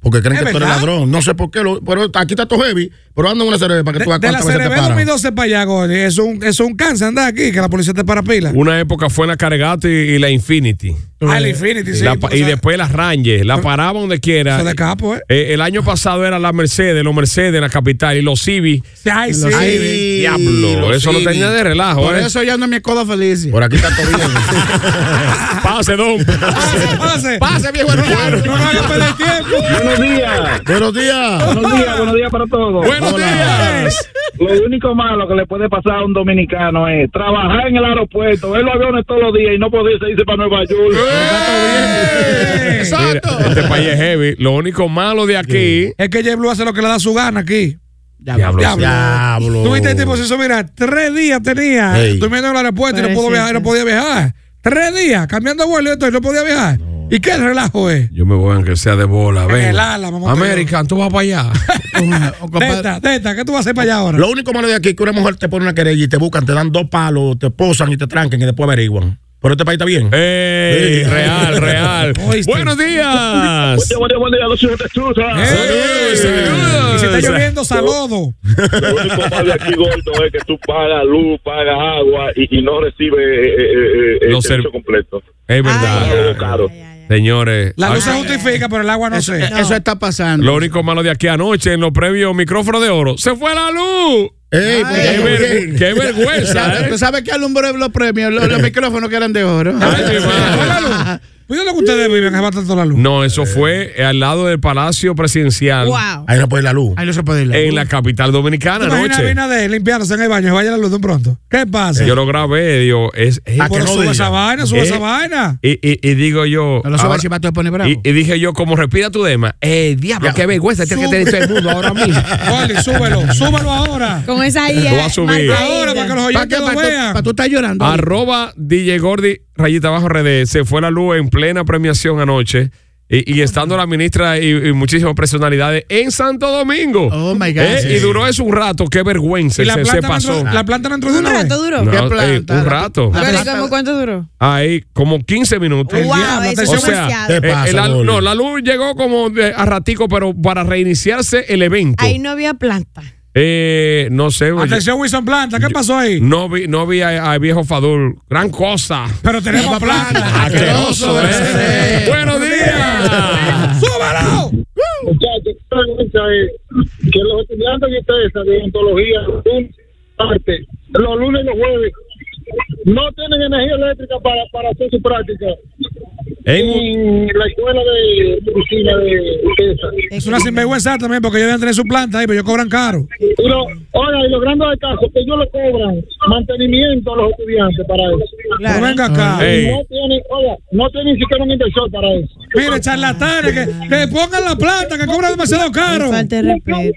[SPEAKER 5] Porque creen
[SPEAKER 4] ¿Es
[SPEAKER 5] que tú
[SPEAKER 4] verdad?
[SPEAKER 5] eres ladrón. No sé por qué. lo- pero aquí está todo heavy. Pero anda en una CRB para que
[SPEAKER 4] De,
[SPEAKER 5] tú veas
[SPEAKER 4] de la
[SPEAKER 5] cuántas veces te
[SPEAKER 4] CRB
[SPEAKER 5] paran.
[SPEAKER 4] 2012 para allá, Gordy, es un, es un cáncer andar aquí, que la policía te para pila.
[SPEAKER 2] Una época fue la Cargate y, y la Infinity.
[SPEAKER 4] Ah, el Infinity, sí.
[SPEAKER 2] La pa-
[SPEAKER 4] porque,
[SPEAKER 2] y
[SPEAKER 4] o sea,
[SPEAKER 2] después la Ranger. La paraba donde quiera.
[SPEAKER 4] Eso de capo, ¿eh?
[SPEAKER 2] Eh, el año pasado era la Mercedes, los Mercedes en la capital y los Civi.
[SPEAKER 4] Ay, sí.
[SPEAKER 5] Ay,
[SPEAKER 2] Diablo,
[SPEAKER 5] los
[SPEAKER 2] eso lo
[SPEAKER 5] Civic.
[SPEAKER 2] tenía de relajo.
[SPEAKER 7] Por
[SPEAKER 2] ¿eh?
[SPEAKER 7] eso ya ando en mi codo feliz.
[SPEAKER 5] Por aquí está todo bien.
[SPEAKER 2] Pase, don.
[SPEAKER 4] Pase, pase.
[SPEAKER 5] Pase, viejo hermano.
[SPEAKER 4] No me hagas perder tiempo.
[SPEAKER 8] Buenos días.
[SPEAKER 5] Buenos días.
[SPEAKER 8] Buenos días, buenos días para todos.
[SPEAKER 2] Buenos
[SPEAKER 5] Hola.
[SPEAKER 2] días.
[SPEAKER 8] Lo único malo que le puede pasar a un dominicano es trabajar en el aeropuerto, ver los aviones todos los días y no poderse irse para Nueva York.
[SPEAKER 4] Eh,
[SPEAKER 2] Mira,
[SPEAKER 7] Exacto.
[SPEAKER 2] este país es heavy. Lo único malo de aquí.
[SPEAKER 4] Es que J. Blue hace lo que le da su gana aquí.
[SPEAKER 2] Diablo.
[SPEAKER 5] Diablo.
[SPEAKER 4] Tuviste el tipo, se hizo, mira, tres días tenía
[SPEAKER 5] Ey.
[SPEAKER 4] durmiendo en el aeropuerto y no, pudo
[SPEAKER 3] Pobrecito.
[SPEAKER 4] viajar, no podía viajar. Tres días, cambiando vuelo y esto, y no podía viajar. ¿Y qué relajo es?
[SPEAKER 2] Yo me voy aunque sea de bola. Ven.
[SPEAKER 4] el ala, mamá,
[SPEAKER 2] American, tú vas para allá.
[SPEAKER 4] Teta, teta, ¿qué tú vas a hacer para allá ahora?
[SPEAKER 5] Lo único malo de aquí es que una mujer te pone una querella y te buscan, te dan dos palos, te posan y te tranquen y después averiguan. Pero este país está bien.
[SPEAKER 2] Ey,
[SPEAKER 5] Sí.
[SPEAKER 2] real, real.
[SPEAKER 4] Oíste.
[SPEAKER 2] Buenos días.
[SPEAKER 8] Buen día, buen día, buen día, los hijos de chuta.
[SPEAKER 2] Ey,
[SPEAKER 4] Y si está
[SPEAKER 2] saludos.
[SPEAKER 4] lloviendo, saludo.
[SPEAKER 8] Lo único malo de aquí, Gordo, es que tú pagas luz, pagas agua y, y no recibes eh, eh, eh, eh, el
[SPEAKER 2] Los
[SPEAKER 8] servicio
[SPEAKER 2] serv-
[SPEAKER 8] completo.
[SPEAKER 2] Es verdad.
[SPEAKER 8] Todo caro.
[SPEAKER 3] Ay, ay,
[SPEAKER 2] Señores,
[SPEAKER 4] La luz se
[SPEAKER 2] aquí-
[SPEAKER 4] justifica, pero el agua no se.
[SPEAKER 7] Eso está pasando.
[SPEAKER 2] lo único malo de aquí anoche en los previos micrófonos de oro, se fue la luz.
[SPEAKER 5] ¿por
[SPEAKER 2] qué, ver-
[SPEAKER 7] Ya,
[SPEAKER 2] qué vergüenza! ¿eh?
[SPEAKER 7] Tú sabes que alumbró los premios, los, los micrófonos que eran de oro.
[SPEAKER 2] Ay, mi madre.
[SPEAKER 4] Cuidado que ustedes viven, es bastante la luz.
[SPEAKER 2] No, eso fue al lado del Palacio Presidencial
[SPEAKER 3] Wow.
[SPEAKER 5] Ahí no puede la luz.
[SPEAKER 7] Ahí no se puede ir.
[SPEAKER 8] Eh,
[SPEAKER 2] en la capital dominicana
[SPEAKER 4] Imagina
[SPEAKER 2] anoche.
[SPEAKER 4] a de limpiándose en el baño, vaya la luz de un pronto. ¿Qué pasa?
[SPEAKER 2] Yo lo grabé, digo, es, es-
[SPEAKER 5] ¿A que
[SPEAKER 4] Pero
[SPEAKER 5] no
[SPEAKER 4] sube
[SPEAKER 5] diga?
[SPEAKER 4] esa vaina, sube
[SPEAKER 2] Eh,
[SPEAKER 4] esa vaina.
[SPEAKER 2] y, y- y digo yo.
[SPEAKER 7] No lo sabes,
[SPEAKER 2] ahora-
[SPEAKER 7] Chivato, te pone bravo.
[SPEAKER 2] y, y dije yo, como respira tu dema, eh, diablo, qué vergüenza tiene que tener todo el mundo ahora mismo.
[SPEAKER 4] Oli, súbelo, súbelo ahora.
[SPEAKER 3] Con esa ahí.
[SPEAKER 2] Lo va a subir.
[SPEAKER 4] Ahora, para que los
[SPEAKER 7] ¿Para qué?
[SPEAKER 4] oyentes
[SPEAKER 7] ¿Para
[SPEAKER 4] lo
[SPEAKER 7] tú-
[SPEAKER 4] vean.
[SPEAKER 7] para tú estar llorando?
[SPEAKER 2] Arroba DJ Gordi, rayita abajo RD. Se fue la luz en plena premiación anoche. Y, y estando la ministra y, y muchísimas personalidades en Santo Domingo.
[SPEAKER 7] Oh, my God.
[SPEAKER 2] Eh,
[SPEAKER 7] Sí.
[SPEAKER 2] Y duró eso un rato, qué vergüenza.
[SPEAKER 4] Y la
[SPEAKER 2] se, se
[SPEAKER 4] planta, no
[SPEAKER 2] pasó.
[SPEAKER 4] entró, la planta no entró de
[SPEAKER 3] Un
[SPEAKER 4] una vez.
[SPEAKER 3] rato duró.
[SPEAKER 2] No,
[SPEAKER 7] ¿Qué
[SPEAKER 2] eh,
[SPEAKER 7] planta?
[SPEAKER 2] un rato.
[SPEAKER 7] La
[SPEAKER 3] Pero, ¿y
[SPEAKER 7] plata-
[SPEAKER 3] cómo cuánto duró?
[SPEAKER 2] Ah, Ahí, como 15 minutos.
[SPEAKER 4] El
[SPEAKER 3] Wow,
[SPEAKER 4] diablo,
[SPEAKER 3] eso
[SPEAKER 2] O
[SPEAKER 4] atención,
[SPEAKER 3] es
[SPEAKER 2] sea,
[SPEAKER 3] demasiado.
[SPEAKER 5] ¿Qué pasa,
[SPEAKER 2] eh, la-
[SPEAKER 5] Dolly?
[SPEAKER 2] no, la luz llegó como de- a ratico, pero para reiniciarse el evento.
[SPEAKER 3] Ahí no había planta.
[SPEAKER 2] Eh, no sé, oye,
[SPEAKER 4] atención Wilson Planta, ¿qué pasó ahí?
[SPEAKER 2] no vi, no vi a, a viejo Fadul. Gran cosa.
[SPEAKER 4] Pero tenemos planta.
[SPEAKER 2] Asqueroso, ¿eh? Buenos días.
[SPEAKER 4] ¡Súbelo!
[SPEAKER 6] Muchachos, que los estudiantes que ustedes de odontología, un parte, los lunes y los jueves, no tienen energía eléctrica para, para hacer su práctica
[SPEAKER 2] En un-
[SPEAKER 6] en la escuela de medicina de Quesa.
[SPEAKER 4] Es una sinvergüenza también, porque ellos deben tener su planta ahí, pero ellos cobran caro.
[SPEAKER 6] Y lo, oiga, y lo grande del caso es que ellos le cobran mantenimiento a los estudiantes para eso.
[SPEAKER 4] Pero venga acá.
[SPEAKER 2] Ey.
[SPEAKER 6] No tienen, oiga, no tienen ni siquiera un inversor para eso.
[SPEAKER 4] Mire, charlatanes, que, que pongan la planta, que cobran demasiado caro.
[SPEAKER 3] Falta de respeto.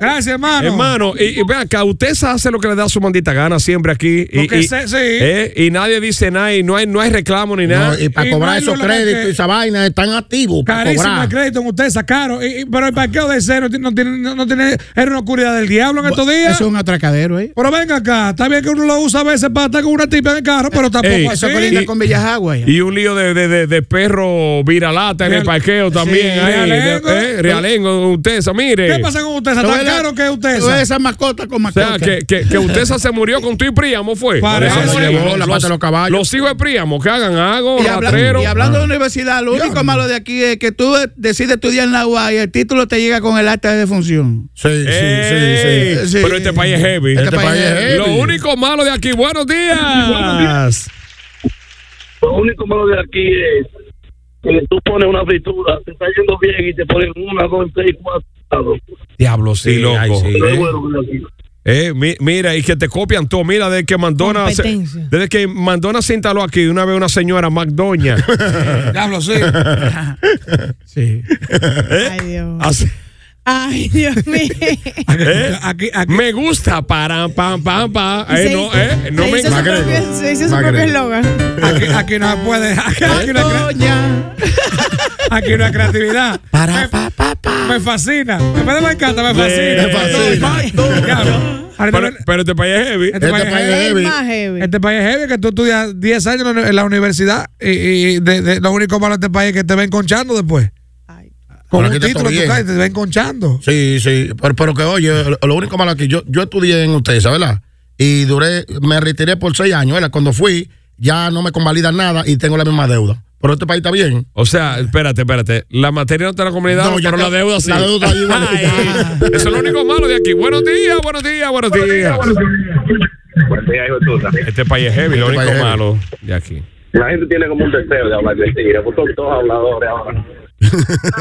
[SPEAKER 4] Gracias, hermano.
[SPEAKER 2] Hermano, y, y ve acá, usted se hace lo que le da su maldita gana siempre aquí. Y,
[SPEAKER 4] Lo que
[SPEAKER 2] y-
[SPEAKER 4] sé, sí.
[SPEAKER 2] eh, y nadie dice nada y no hay, no hay reclamo ni nada.
[SPEAKER 5] No, y para
[SPEAKER 4] Y no
[SPEAKER 5] cobrar
[SPEAKER 4] hay
[SPEAKER 5] esos
[SPEAKER 4] luz,
[SPEAKER 5] créditos
[SPEAKER 4] porque-
[SPEAKER 5] y esa vaina, están activos. Para
[SPEAKER 4] Carísimo
[SPEAKER 5] cobrar.
[SPEAKER 4] el crédito en ustedes, sacaron. Y- y- pero el parqueo de cero ti- no tiene, no, no tiene, era una oscuridad del diablo en estos días.
[SPEAKER 7] Eso es un atracadero, ¿eh?
[SPEAKER 4] Pero venga acá, está bien que uno lo usa a veces para estar con una tipa en el carro, pero tampoco
[SPEAKER 2] Ey,
[SPEAKER 4] así.
[SPEAKER 7] Eso colinda con Villas Aguas. ya.
[SPEAKER 2] Y un lío de, de, de- de perro viralata en
[SPEAKER 4] Real-
[SPEAKER 2] el parqueo también. ahí, de-
[SPEAKER 4] Realengo.
[SPEAKER 2] eh, realengo, usted, esa, mire.
[SPEAKER 4] ¿Qué pasa con ustedes?
[SPEAKER 7] Tú
[SPEAKER 4] ¿Tan
[SPEAKER 7] ves la-
[SPEAKER 4] caro que ustedes?
[SPEAKER 7] tú ves esa mascota con
[SPEAKER 2] O sea,
[SPEAKER 7] mascota.
[SPEAKER 2] que, que, que usted esa se murió con tu y Príamo, fue.
[SPEAKER 4] Parece.
[SPEAKER 2] Vamos,
[SPEAKER 4] Se
[SPEAKER 2] eh,
[SPEAKER 5] llevó la pata de los caballos.
[SPEAKER 2] Los hijos de Príamo, que hagan algo, Ah.
[SPEAKER 7] Y, habla-
[SPEAKER 2] ratero.
[SPEAKER 7] y hablando de universidad, lo único malo de aquí es que tú decides estudiar en la UA y el título te llega con el acta de función.
[SPEAKER 5] Sí, sí,
[SPEAKER 2] Ey,
[SPEAKER 5] sí, sí.
[SPEAKER 7] sí.
[SPEAKER 2] Pero este país es heavy.
[SPEAKER 5] Este país es heavy.
[SPEAKER 2] Lo único malo de aquí, buenos días.
[SPEAKER 6] Lo único malo de aquí es que tú pones una fritura, te está yendo bien y te ponen una, dos, tres, cuatro. lado.
[SPEAKER 2] Diablo, sí, loco.
[SPEAKER 5] ay, sí,
[SPEAKER 6] Pero
[SPEAKER 2] Eh,
[SPEAKER 6] bueno, de aquí.
[SPEAKER 2] eh, mi- mira, y que te copian todo. Mira, desde que Mandona. se-
[SPEAKER 3] Competencia.
[SPEAKER 2] desde que Mandona se instaló aquí, de una vez una señora, McDoña.
[SPEAKER 4] Diablo, sí.
[SPEAKER 7] Sí.
[SPEAKER 4] ¿Eh?
[SPEAKER 3] Ay, Dios.
[SPEAKER 2] Así-
[SPEAKER 3] Ay, Dios mío.
[SPEAKER 2] ¿Eh?
[SPEAKER 4] Aquí, aquí.
[SPEAKER 2] Me gusta, para, pam, pam, pam.
[SPEAKER 3] Y
[SPEAKER 2] Eh,
[SPEAKER 3] se
[SPEAKER 2] no,
[SPEAKER 3] hizo-
[SPEAKER 2] eh, no
[SPEAKER 3] se
[SPEAKER 2] me
[SPEAKER 3] hizo su
[SPEAKER 5] Magrego.
[SPEAKER 3] propio- Se hizo su
[SPEAKER 5] Magrego.
[SPEAKER 3] propio eslogan.
[SPEAKER 4] Aquí, aquí no se puede. Aquí, aquí no hay cre-
[SPEAKER 7] Doña.
[SPEAKER 4] aquí no hay creatividad.
[SPEAKER 7] Para,
[SPEAKER 4] Me-
[SPEAKER 7] pa, pa, pa.
[SPEAKER 4] Me fascina. Me parece me encanta, me fascina.
[SPEAKER 5] Me fascina.
[SPEAKER 4] Diablo. Ahorita
[SPEAKER 2] Eh, Pero,
[SPEAKER 4] ven-
[SPEAKER 2] pero este país es heavy.
[SPEAKER 4] Este país es heavy.
[SPEAKER 3] Es
[SPEAKER 5] heavy.
[SPEAKER 3] más heavy.
[SPEAKER 4] Este país es heavy, que tú estudias 10 años en la- en la universidad y, y de- de- lo único malo de este país es que te ven conchando después.
[SPEAKER 3] Ay.
[SPEAKER 4] Con
[SPEAKER 5] Ahora
[SPEAKER 4] un
[SPEAKER 5] que te
[SPEAKER 4] título en tu
[SPEAKER 5] bien.
[SPEAKER 4] calle te ven conchando.
[SPEAKER 5] Sí, sí, pero, pero que oye, lo- lo único malo que yo, yo estudié en Utesa, ¿verdad? Y duré, me retiré por seis años, ¿verdad? Cuando fui, ya no me convalidan nada y tengo la misma deuda. Pero este país está bien.
[SPEAKER 2] O sea, espérate, espérate. La materia no está en la comunidad,
[SPEAKER 5] No, ya
[SPEAKER 2] pero la
[SPEAKER 5] está-
[SPEAKER 2] deuda sí.
[SPEAKER 5] la deuda ahí, bueno.
[SPEAKER 2] Ay, eso es lo único malo de aquí. Buenos días, buenos días, buenos días.
[SPEAKER 6] Buen día, hijo de tuta.
[SPEAKER 2] Este país es heavy, lo
[SPEAKER 5] Este
[SPEAKER 2] único
[SPEAKER 5] país es heavy.
[SPEAKER 2] malo de aquí.
[SPEAKER 6] La gente tiene como un deseo de hablar de tigre, porque son todos habladores ahora.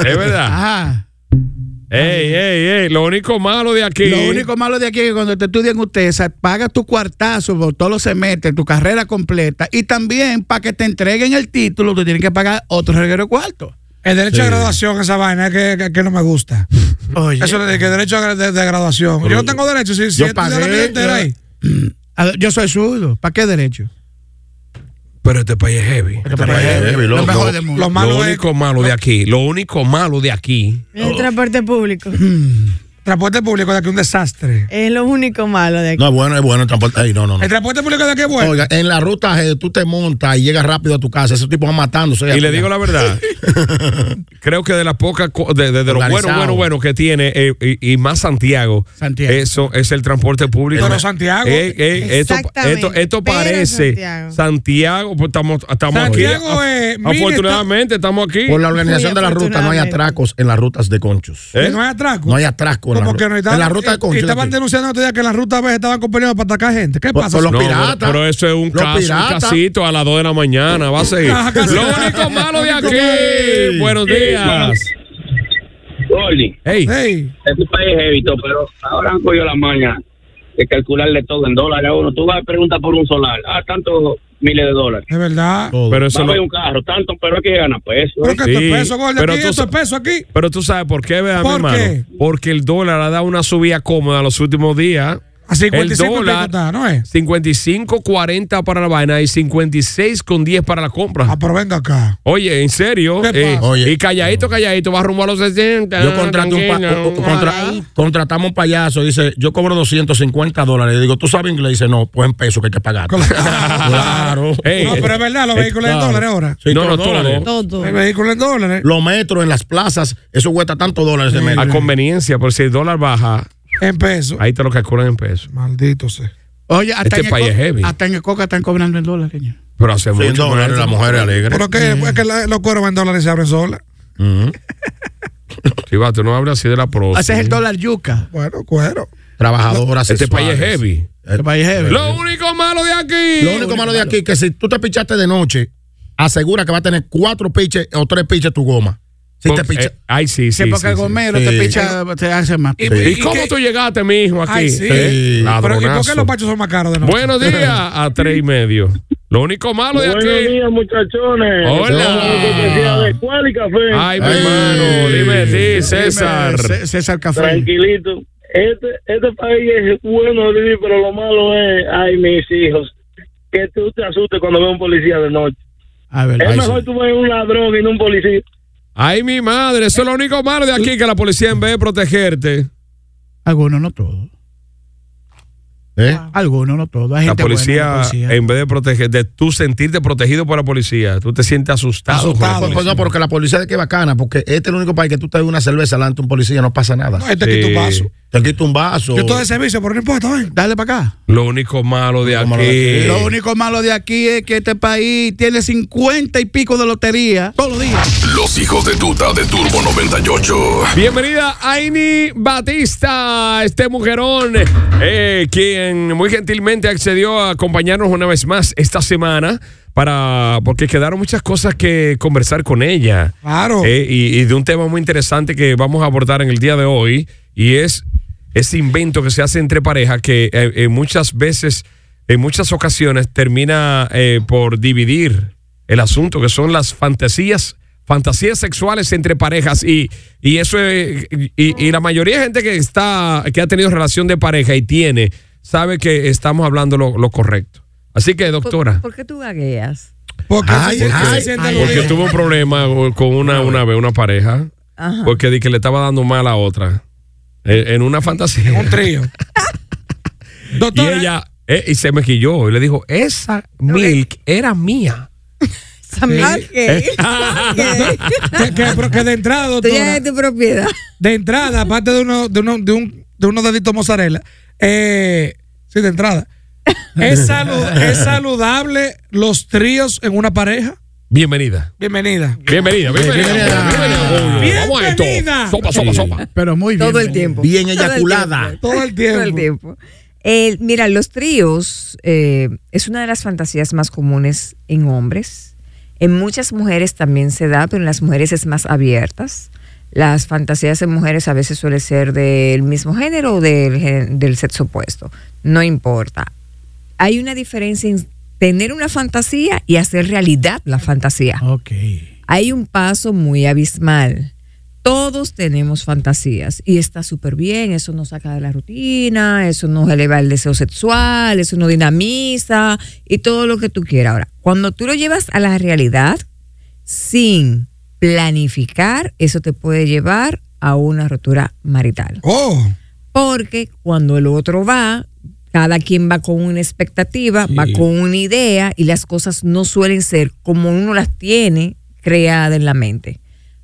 [SPEAKER 2] Es verdad.
[SPEAKER 7] Ajá.
[SPEAKER 2] Ey, ey, ey. Lo único malo de aquí.
[SPEAKER 7] Lo único malo de aquí es que cuando te estudian ustedes, pagas tu cuartazo por todos los semestres, tu carrera completa, y también para que te entreguen el título, tú tienes que pagar otro reguero de cuarto.
[SPEAKER 4] El derecho a graduación, esa vaina es que, que- que no me gusta.
[SPEAKER 7] Oye.
[SPEAKER 4] Eso de que derecho a gra- de, de graduación. Yo no tengo derecho. Si, si
[SPEAKER 5] yo
[SPEAKER 4] he estudiado la
[SPEAKER 5] pagué,
[SPEAKER 4] vida entera
[SPEAKER 5] yo-
[SPEAKER 4] ahí.
[SPEAKER 7] A ver, Yo soy zurdo. ¿Para qué derecho?
[SPEAKER 2] Pero este país es heavy.
[SPEAKER 5] Este país es heavy,
[SPEAKER 7] Lo
[SPEAKER 5] loco.
[SPEAKER 7] mejor del mundo.
[SPEAKER 4] Lo malo
[SPEAKER 2] lo
[SPEAKER 4] es.
[SPEAKER 2] único malo de aquí. Lo único malo de aquí.
[SPEAKER 3] El transporte público.
[SPEAKER 4] Transporte público de aquí es un desastre.
[SPEAKER 3] Es lo único malo de aquí.
[SPEAKER 5] No, es bueno, es bueno el transporte. Ey, no, no, no.
[SPEAKER 4] El transporte público de aquí es bueno.
[SPEAKER 5] Oiga, en la ruta eh, tú te montas y llegas rápido a tu casa. Esos tipos van matándose.
[SPEAKER 2] Y le digo la verdad, creo que de las pocas, co- de, de- de lo bueno,
[SPEAKER 5] Organizado.
[SPEAKER 2] bueno, bueno que tiene, eh, y, y más Santiago,
[SPEAKER 7] Santiago.
[SPEAKER 2] eso es el transporte público.
[SPEAKER 4] Pero Santiago-
[SPEAKER 2] Eh, eh, esto,
[SPEAKER 3] Exactamente.
[SPEAKER 2] esto, esto
[SPEAKER 3] Pero
[SPEAKER 2] parece Santiago,
[SPEAKER 3] Santiago.
[SPEAKER 2] pues estamos, estamos
[SPEAKER 4] Santiago,
[SPEAKER 2] aquí. Ah,
[SPEAKER 4] eh, mire,
[SPEAKER 2] Afortunadamente estamos aquí.
[SPEAKER 5] Por la organización de
[SPEAKER 3] Muy
[SPEAKER 5] la ruta no hay
[SPEAKER 3] afortunadamente.
[SPEAKER 5] atracos en las rutas de conchos.
[SPEAKER 2] ¿Eh?
[SPEAKER 4] Que No hay atraco.
[SPEAKER 5] No hay atraco en la
[SPEAKER 4] ¿Cómo
[SPEAKER 5] ruta.
[SPEAKER 4] que no? Y
[SPEAKER 5] en la ruta de
[SPEAKER 4] y-
[SPEAKER 5] conchos.
[SPEAKER 4] Y estaban
[SPEAKER 5] de aquí.
[SPEAKER 4] denunciando otro día que en la ruta B estaban componiendo para atacar gente. ¿Qué
[SPEAKER 5] Por-
[SPEAKER 4] pasa?
[SPEAKER 5] por los
[SPEAKER 2] No, pero-
[SPEAKER 5] piratas.
[SPEAKER 2] Pero, eso es un
[SPEAKER 5] Los
[SPEAKER 2] caso, un
[SPEAKER 5] piratas.
[SPEAKER 2] casito a las 2 de la mañana. Va a seguir.
[SPEAKER 4] Ah, casi.
[SPEAKER 2] Lo único malo de aquí. Buenos días.
[SPEAKER 8] Gordy,
[SPEAKER 2] Hey,
[SPEAKER 4] Ey,
[SPEAKER 8] este país es evito, pero ahora han cogido la maña de calcularle todo en dólares a uno. Tú vas a preguntar por un solar, ah, tantos miles de dólares.
[SPEAKER 4] es verdad.
[SPEAKER 5] Todo.
[SPEAKER 2] pero
[SPEAKER 8] Va
[SPEAKER 2] eso
[SPEAKER 8] a ver
[SPEAKER 2] no-
[SPEAKER 8] un carro, tanto, pero aquí gana Pues peso.
[SPEAKER 4] Creo que esto
[SPEAKER 2] Sí,
[SPEAKER 4] es peso, gordo.
[SPEAKER 2] pero
[SPEAKER 4] Aquí
[SPEAKER 2] tú
[SPEAKER 4] esto es
[SPEAKER 2] sa-
[SPEAKER 4] peso aquí.
[SPEAKER 2] Pero tú sabes por qué, vea, mi
[SPEAKER 4] ¿Por
[SPEAKER 2] hermano.
[SPEAKER 4] qué?
[SPEAKER 2] Porque el dólar ha dado una subida cómoda los últimos días.
[SPEAKER 4] A 55
[SPEAKER 2] el dólar,
[SPEAKER 4] está, ¿no es?
[SPEAKER 2] 55.40 para la vaina y 56.10 para la compra.
[SPEAKER 4] Ah, pero venga acá.
[SPEAKER 2] Oye, en serio.
[SPEAKER 4] ¿Qué
[SPEAKER 2] Eh,
[SPEAKER 4] pasa?
[SPEAKER 5] Oye.
[SPEAKER 2] y calladito, calladito, va rumbo a los 60.
[SPEAKER 5] Yo contraté un pa-
[SPEAKER 2] tranquilo.
[SPEAKER 5] un- un- contra- contratamos un payaso, dice, yo cobro 250 dólares. Le digo, ¿tú sabes inglés? Dice, no, pues en pesos que hay que pagar. claro.
[SPEAKER 2] Ey, Eh,
[SPEAKER 4] No, pero es verdad, los vehículos en
[SPEAKER 5] claro.
[SPEAKER 4] dólares ahora.
[SPEAKER 5] Sí,
[SPEAKER 2] No,
[SPEAKER 5] todos
[SPEAKER 2] no, todo.
[SPEAKER 5] dólares.
[SPEAKER 3] Todo.
[SPEAKER 4] El vehículo en dólares.
[SPEAKER 5] Los metros en las plazas, eso cuesta tantos dólares de metro.
[SPEAKER 2] A conveniencia, por si el dólar baja,
[SPEAKER 4] En pesos.
[SPEAKER 2] ahí te lo calculan en pesos.
[SPEAKER 4] Maldito sea.
[SPEAKER 7] Oye, hasta,
[SPEAKER 2] Este
[SPEAKER 7] en el
[SPEAKER 2] país
[SPEAKER 7] co-
[SPEAKER 2] es heavy.
[SPEAKER 7] hasta en el coca están cobrando en dólares. señor.
[SPEAKER 2] Pero hace
[SPEAKER 5] Sí,
[SPEAKER 2] mucho.
[SPEAKER 5] dólares, la mujer es alegre.
[SPEAKER 4] Pero que, es que la- los cueros van en dólares y se abren solas.
[SPEAKER 5] Ujú.
[SPEAKER 2] Sí, va, tú no hablas así de la pro.
[SPEAKER 7] Ese es el dólar yuca.
[SPEAKER 4] Bueno, cuero.
[SPEAKER 5] Trabajadoras
[SPEAKER 2] Este país es
[SPEAKER 5] sexuales.
[SPEAKER 2] heavy.
[SPEAKER 7] Este país es heavy.
[SPEAKER 2] Lo único malo de aquí.
[SPEAKER 5] Lo único malo de aquí es que si tú te pichaste de noche, asegura que va a tener cuatro piches o tres piches tu goma. Si
[SPEAKER 2] Porque-
[SPEAKER 5] te pichas.
[SPEAKER 2] eh, ay, sí, sí.
[SPEAKER 7] Sí, porque
[SPEAKER 2] sí,
[SPEAKER 7] el
[SPEAKER 2] sí.
[SPEAKER 7] gomero
[SPEAKER 5] sí.
[SPEAKER 7] te picha, te hace más.
[SPEAKER 4] Y-
[SPEAKER 2] ¿Y,
[SPEAKER 4] ¿Y
[SPEAKER 2] cómo
[SPEAKER 4] qué?
[SPEAKER 2] tú llegaste mismo aquí?
[SPEAKER 4] Ay, sí. Pero,
[SPEAKER 2] ¿Eh?
[SPEAKER 4] ¿y por qué
[SPEAKER 2] Ladronazo.
[SPEAKER 4] los pachos son más caros de nosotros?
[SPEAKER 2] Buenos días a tres y medio. Lo único malo de
[SPEAKER 6] Buenos
[SPEAKER 2] aquí.
[SPEAKER 6] días, muchachones. Cortesía
[SPEAKER 2] Hola.
[SPEAKER 5] Oh.
[SPEAKER 6] de
[SPEAKER 5] Ah,
[SPEAKER 6] cuál y café.
[SPEAKER 2] Ay, mi hermano. Dime, sí, César.
[SPEAKER 7] César, César Café.
[SPEAKER 6] Tranquilito. Este, este país es bueno de vivir, pero lo malo es, ay, mis hijos, que tú te asustes cuando ves un policía de noche.
[SPEAKER 5] Ah,
[SPEAKER 7] A ver,
[SPEAKER 6] Es
[SPEAKER 7] ahí
[SPEAKER 6] mejor
[SPEAKER 7] sí.
[SPEAKER 6] tú ves un ladrón y no un policía.
[SPEAKER 2] Ay, mi madre. Eso es lo único malo de aquí que la policía en vez de protegerte.
[SPEAKER 7] algunos no todos.
[SPEAKER 5] ¿Eh?
[SPEAKER 7] Algunos no todos. Hay
[SPEAKER 2] La
[SPEAKER 7] gente buena,
[SPEAKER 2] policía,
[SPEAKER 7] la policía.
[SPEAKER 2] en vez de protegerte, de tú sentirte protegido por la policía, tú te sientes asustado. por la
[SPEAKER 5] Pues, pues,
[SPEAKER 2] policía.
[SPEAKER 5] no, porque la policía de que bacana, porque este es el único país que tú te das una cerveza delante de un policía, no pasa nada.
[SPEAKER 4] No, este quita
[SPEAKER 2] Sí.
[SPEAKER 4] un vaso.
[SPEAKER 5] Te quita un vaso.
[SPEAKER 4] Yo estoy de servicio, pero no importa, ven.
[SPEAKER 7] Dale para acá.
[SPEAKER 2] Lo único malo de
[SPEAKER 5] Lo malo
[SPEAKER 2] aquí.
[SPEAKER 5] de
[SPEAKER 7] Lo único malo de aquí es que este país tiene 50 y pico de lotería todos los días.
[SPEAKER 1] Los hijos de tuta de Turbo 98.
[SPEAKER 2] Bienvenida Aini Batista, este mujerón, eh, quien muy gentilmente accedió a acompañarnos una vez más esta semana para porque quedaron muchas cosas que conversar con ella
[SPEAKER 4] Claro.
[SPEAKER 2] Eh, y, y de un tema muy interesante que vamos a abordar en el día de hoy y es ese invento que se hace entre parejas que eh, eh, muchas veces, en muchas ocasiones termina eh, por dividir el asunto que son las fantasías fantasías sexuales entre parejas y, y eso es- y, y la mayoría de gente que está que ha tenido relación de pareja y tiene sabe que estamos hablando lo, lo correcto así que doctora
[SPEAKER 9] qué tú gagueas?
[SPEAKER 4] Porque
[SPEAKER 5] Ay,
[SPEAKER 4] se, siente-
[SPEAKER 5] ay,
[SPEAKER 4] se siente
[SPEAKER 7] ay,
[SPEAKER 4] algo
[SPEAKER 7] ay.
[SPEAKER 2] porque
[SPEAKER 4] bien.
[SPEAKER 2] tuve un problema con una una vez una pareja
[SPEAKER 9] Ajá.
[SPEAKER 2] porque di que le estaba dando mal a otra. eh, En, en una fantasía.
[SPEAKER 4] Un trío.
[SPEAKER 2] y
[SPEAKER 4] Doctora,
[SPEAKER 2] ella, eh, y se me quilló y le dijo, esa milk era mía.
[SPEAKER 4] que, que- pero que de entrada, doctora,
[SPEAKER 9] tu propiedad.
[SPEAKER 4] de entrada, aparte de uno, de uno, de un, de unos deditos mozzarella, eh, sí, de entrada. ¿Es, salu- ¿Es saludable los tríos en una pareja?
[SPEAKER 2] Bienvenida.
[SPEAKER 4] Bienvenida.
[SPEAKER 2] Bienvenida, bienvenida.
[SPEAKER 5] Bienvenida.
[SPEAKER 2] Bienvenida, Julio. Vamos a esto.
[SPEAKER 4] Bienvenida.
[SPEAKER 2] Sopa, sopa, sopa.
[SPEAKER 7] Pero muy bien.
[SPEAKER 9] Todo el tiempo.
[SPEAKER 5] Bien
[SPEAKER 9] Todo el
[SPEAKER 5] eyaculada.
[SPEAKER 9] tiempo.
[SPEAKER 4] Todo el tiempo.
[SPEAKER 9] Todo el tiempo. Eh, mira, los tríos eh, es una de las fantasías más comunes en hombres. En muchas mujeres también se da, pero en las mujeres es más abiertas. Las fantasías en mujeres a veces suele ser del mismo género o del, gen- del sexo opuesto. No importa. Hay una diferencia en tener una fantasía y hacer realidad la fantasía
[SPEAKER 7] Ok.
[SPEAKER 9] hay un paso muy abismal. Todos tenemos fantasías y está súper bien, eso nos saca de la rutina, eso nos eleva el deseo sexual, eso nos dinamiza y todo lo que tú quieras. Ahora, cuando tú lo llevas a la realidad sin planificar, eso te puede llevar a una rotura marital. Porque cuando el otro va, cada quien va con una expectativa, va con una idea y las cosas no suelen ser como uno las tiene creadas en la mente.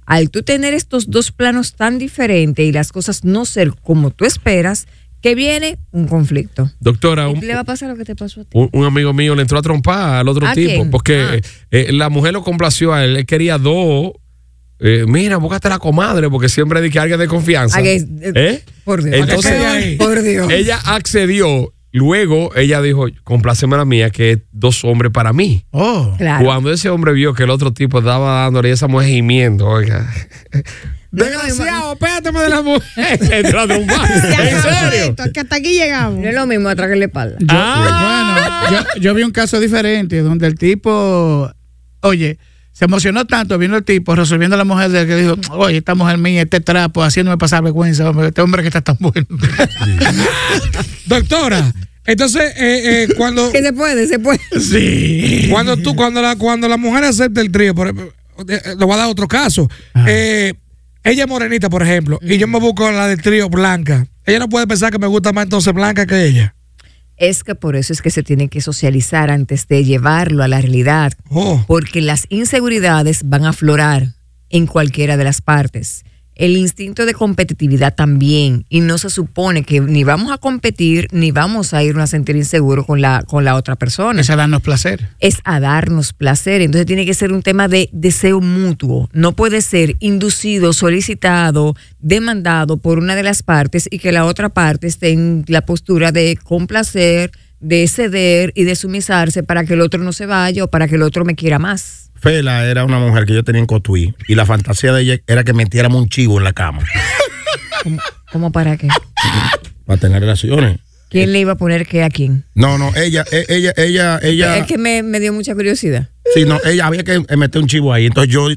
[SPEAKER 9] Al tú tener estos dos planos tan diferentes y las cosas no ser como tú esperas, que viene un conflicto.
[SPEAKER 2] Doctora,
[SPEAKER 9] Y
[SPEAKER 2] un,
[SPEAKER 9] le va a pasar lo que te pasó a ti.
[SPEAKER 2] un- un amigo mío le entró a trompar al otro
[SPEAKER 9] ¿A
[SPEAKER 2] tipo
[SPEAKER 9] quién?
[SPEAKER 2] porque
[SPEAKER 9] Ah.
[SPEAKER 2] eh, eh, la mujer lo complació a él. Él quería dos. Eh, mira, búscate la comadre porque siempre di que alguien de confianza.
[SPEAKER 9] Ah, que-
[SPEAKER 2] ¿Eh?
[SPEAKER 9] Por Dios.
[SPEAKER 2] Entonces,
[SPEAKER 9] por Dios.
[SPEAKER 2] ella accedió. Luego ella dijo, compláceme la mía, que es dos hombres para mí.
[SPEAKER 9] Claro.
[SPEAKER 2] Cuando ese hombre vio que el otro tipo estaba dándole y esa mujer gimiendo, oiga,
[SPEAKER 4] Desgraciado, pégateme de la mujer.
[SPEAKER 2] entró a trompar. ¿En serio?
[SPEAKER 3] Esto, que hasta aquí llegamos.
[SPEAKER 9] No es lo mismo atrás que la espalda.
[SPEAKER 7] Yo, bueno, yo, yo vi un caso diferente donde el tipo, oye, se emocionó tanto viendo el tipo resolviendo a la mujer de que dijo, oye, esta mujer mía, este trapo, haciéndome pasar vergüenza, hombre, este hombre que está tan bueno.
[SPEAKER 4] Doctora, entonces, eh, eh, cuando.
[SPEAKER 9] Que se puede, se puede.
[SPEAKER 7] Sí.
[SPEAKER 4] Cuando tú, cuando la, cuando la mujer acepta el trío, por ejemplo, eh, eh, lo voy a dar otro caso. Eh, ella es morenita, por ejemplo, y
[SPEAKER 9] Mm.
[SPEAKER 4] yo me busco la del trío blanca. Ella no puede pensar que me gusta más entonces blanca que ella.
[SPEAKER 9] Es que por eso es que se tiene que socializar antes de llevarlo a la realidad,
[SPEAKER 4] Oh.
[SPEAKER 9] porque las inseguridades van a aflorar en cualquiera de las partes. El instinto de competitividad también, y no se supone que ni vamos a competir ni vamos a irnos a sentir inseguros con la, con la otra persona.
[SPEAKER 7] Es a darnos placer.
[SPEAKER 9] Es a darnos placer, entonces tiene que ser un tema de deseo mutuo. No puede ser inducido, solicitado, demandado por una de las partes y que la otra parte esté en la postura de complacer, de ceder y de sumisarse para que el otro no se vaya o para que el otro me quiera más.
[SPEAKER 5] Fela era una mujer que yo tenía en Cotuí y la fantasía de ella era que metiéramos un chivo en la cama
[SPEAKER 9] ¿Cómo, cómo para qué?
[SPEAKER 5] para tener relaciones.
[SPEAKER 9] ¿Quién le iba a poner qué a quién?
[SPEAKER 5] No, no, ella, e- ella, ella, ella.
[SPEAKER 9] Es que me, me dio mucha curiosidad.
[SPEAKER 5] Sí, no, ella había que meter un chivo ahí. Entonces yo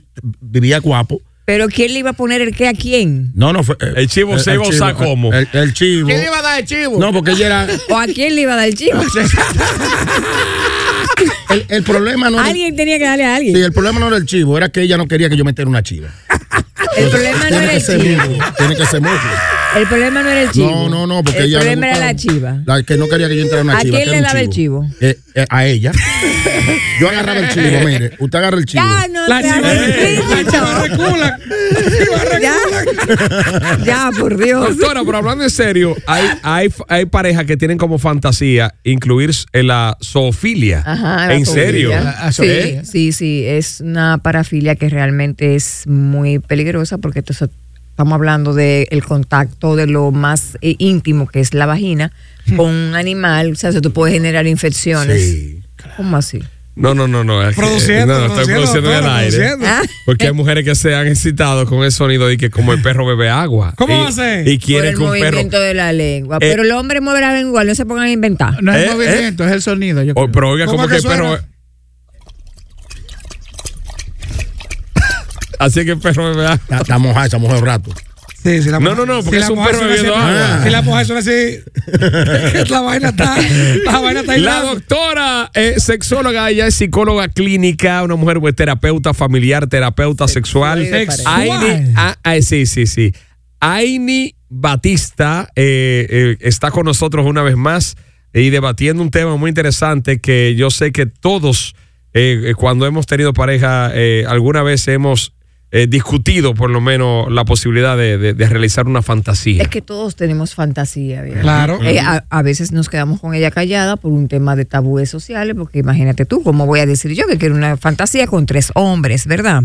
[SPEAKER 5] vivía guapo.
[SPEAKER 9] ¿Pero quién le iba a poner el qué a quién?
[SPEAKER 5] No, no fue. eh, El
[SPEAKER 2] chivo se iba a usar como.
[SPEAKER 5] El, el chivo.
[SPEAKER 7] ¿Quién le iba a dar el chivo?
[SPEAKER 5] No, porque ella era.
[SPEAKER 9] ¿O a quién le iba a dar el chivo?
[SPEAKER 5] El, el problema no era.
[SPEAKER 9] Alguien tenía que darle a alguien.
[SPEAKER 5] Sí, el problema no era el chivo, era que ella no quería que yo metiera una chiva.
[SPEAKER 9] El problema no
[SPEAKER 5] Tiene
[SPEAKER 9] era
[SPEAKER 5] que
[SPEAKER 9] el
[SPEAKER 5] ser
[SPEAKER 9] chivo.
[SPEAKER 5] mutuo, tiene que ser mutuo.
[SPEAKER 9] El problema no era el chivo.
[SPEAKER 5] No, no, no, porque
[SPEAKER 9] el
[SPEAKER 5] ella le
[SPEAKER 9] problema era
[SPEAKER 5] gustaba-
[SPEAKER 9] la chiva.
[SPEAKER 5] La que no quería que yo entrara una
[SPEAKER 9] ¿A
[SPEAKER 5] chiva.
[SPEAKER 9] quién
[SPEAKER 5] que
[SPEAKER 9] le
[SPEAKER 5] era un
[SPEAKER 9] daba el chivo?
[SPEAKER 5] Eh, eh, a ella. Yo agarraba el chivo, mire. Usted agarra el chivo.
[SPEAKER 9] Ya, no
[SPEAKER 4] La
[SPEAKER 9] te
[SPEAKER 4] chiva-
[SPEAKER 9] hagas
[SPEAKER 4] la chiva
[SPEAKER 9] ridículo.
[SPEAKER 4] recula.
[SPEAKER 9] Ya, ya, por Dios.
[SPEAKER 2] Doctora, pero hablando en serio, hay, hay, hay parejas que tienen como fantasía incluir en la zoofilia.
[SPEAKER 9] Ajá, la
[SPEAKER 2] ¿En
[SPEAKER 9] zoofilia.
[SPEAKER 2] serio?
[SPEAKER 9] Sí, sí, sí, es una parafilia que realmente es muy peligrosa porque entonces estamos hablando del el contacto de lo más eh, íntimo que es la vagina con un animal, o sea, eso te puede generar infecciones. ¿Cómo así?
[SPEAKER 2] No, no, no, no. es que-
[SPEAKER 4] Produciendo,
[SPEAKER 2] no, no, estoy
[SPEAKER 4] produciendo,
[SPEAKER 2] produciendo en el
[SPEAKER 4] doctora,
[SPEAKER 2] aire.
[SPEAKER 4] produciendo.
[SPEAKER 9] Ah.
[SPEAKER 2] Porque hay mujeres que se han excitado con el sonido de que como el perro bebe agua.
[SPEAKER 4] ¿Cómo
[SPEAKER 2] y,
[SPEAKER 4] va a ser?
[SPEAKER 2] Y
[SPEAKER 9] Por
[SPEAKER 2] quiere
[SPEAKER 9] el
[SPEAKER 2] que un perro.
[SPEAKER 9] movimiento de la lengua.
[SPEAKER 2] Eh.
[SPEAKER 9] Pero el hombre mueve la lengua, no se pongan a inventar.
[SPEAKER 7] No es
[SPEAKER 2] Eh,
[SPEAKER 7] el movimiento, es el sonido. Yo
[SPEAKER 2] O-
[SPEAKER 7] creo.
[SPEAKER 2] pero eh, oiga,
[SPEAKER 4] ¿Cómo
[SPEAKER 2] como que
[SPEAKER 4] que
[SPEAKER 2] el perro.
[SPEAKER 4] suena?
[SPEAKER 2] Así que el perro bebe agua.
[SPEAKER 5] Está, está mojada esa mujer un rato. Ah.
[SPEAKER 4] Sí, si la
[SPEAKER 2] No, no, no, porque
[SPEAKER 4] la
[SPEAKER 2] es un
[SPEAKER 4] mujer
[SPEAKER 2] perro
[SPEAKER 4] suena
[SPEAKER 2] bebiendo
[SPEAKER 4] así-
[SPEAKER 2] agua. Ah.
[SPEAKER 4] Si la mujer suena así, la vaina está. La vaina está
[SPEAKER 2] La
[SPEAKER 4] hilada.
[SPEAKER 2] doctora eh, sexóloga, ella es psicóloga clínica, una mujer pues, terapeuta familiar, terapeuta sexual.
[SPEAKER 4] Sexual.
[SPEAKER 2] Aini, ah, ah, sí, sí, sí. Aini Batista eh, eh, está con nosotros una vez más y debatiendo un tema muy interesante que yo sé que todos, eh, eh, cuando hemos tenido pareja, eh, alguna vez hemos eh, discutido por lo menos la posibilidad de, de- de realizar una fantasía.
[SPEAKER 9] Es que todos tenemos fantasía, ¿verdad?
[SPEAKER 4] Claro.
[SPEAKER 9] Eh, a, a veces nos quedamos con ella callada por un tema de tabúes sociales, porque imagínate tú, ¿cómo voy a decir yo que quiero una fantasía con tres hombres, verdad?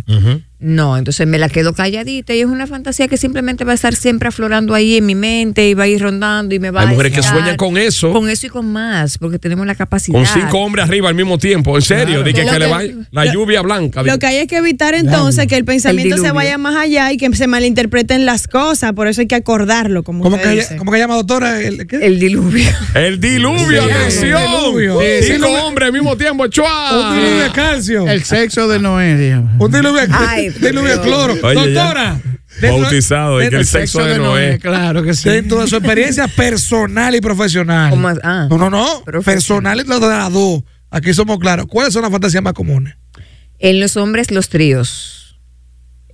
[SPEAKER 9] No, entonces me la quedo calladita y es una fantasía que simplemente va a estar siempre aflorando ahí en mi mente y va a ir rondando y me va
[SPEAKER 2] Hay
[SPEAKER 9] a
[SPEAKER 2] mujeres que
[SPEAKER 9] excitar.
[SPEAKER 2] sueñan con eso.
[SPEAKER 9] Con eso y con más, porque tenemos la capacidad.
[SPEAKER 2] Con cinco hombres arriba al mismo tiempo, en serio. de que,
[SPEAKER 3] Lo
[SPEAKER 2] que le
[SPEAKER 3] que-
[SPEAKER 2] vaya la lluvia blanca.
[SPEAKER 3] Lo
[SPEAKER 2] di-
[SPEAKER 3] que hay es que evitar entonces que el pensamiento se
[SPEAKER 9] diluvio.
[SPEAKER 3] vaya más allá y que se malinterpreten las cosas. Por eso hay que acordarlo, como
[SPEAKER 4] ¿Cómo
[SPEAKER 3] usted
[SPEAKER 4] que,
[SPEAKER 3] dice.
[SPEAKER 4] ella- cómo que llama doctora? El, ¿qué?
[SPEAKER 9] El diluvio.
[SPEAKER 2] El diluvio,
[SPEAKER 4] Sí,
[SPEAKER 2] atención.
[SPEAKER 4] el diluvio. Sí,
[SPEAKER 2] Cinco
[SPEAKER 4] sí, lo-
[SPEAKER 2] hombres al mismo tiempo,
[SPEAKER 4] Un
[SPEAKER 2] chua.
[SPEAKER 4] diluvio de calcio.
[SPEAKER 7] El sexo de Noé. digamos.
[SPEAKER 4] Un diluvio de,
[SPEAKER 9] Ay,
[SPEAKER 4] un diluvio de
[SPEAKER 9] Dios.
[SPEAKER 4] cloro.
[SPEAKER 2] Oye, ya.
[SPEAKER 4] Doctora. dentro-
[SPEAKER 2] Bautizado, y que el
[SPEAKER 7] El
[SPEAKER 2] sexo de Noé.
[SPEAKER 7] Claro que sí.
[SPEAKER 4] Dentro de su experiencia personal y profesional.
[SPEAKER 9] ¿Cómo es? Ah.
[SPEAKER 4] no, no, no. Personal y las dos. Aquí somos claros. ¿Cuáles son las fantasías más comunes?
[SPEAKER 9] En los hombres, los tríos.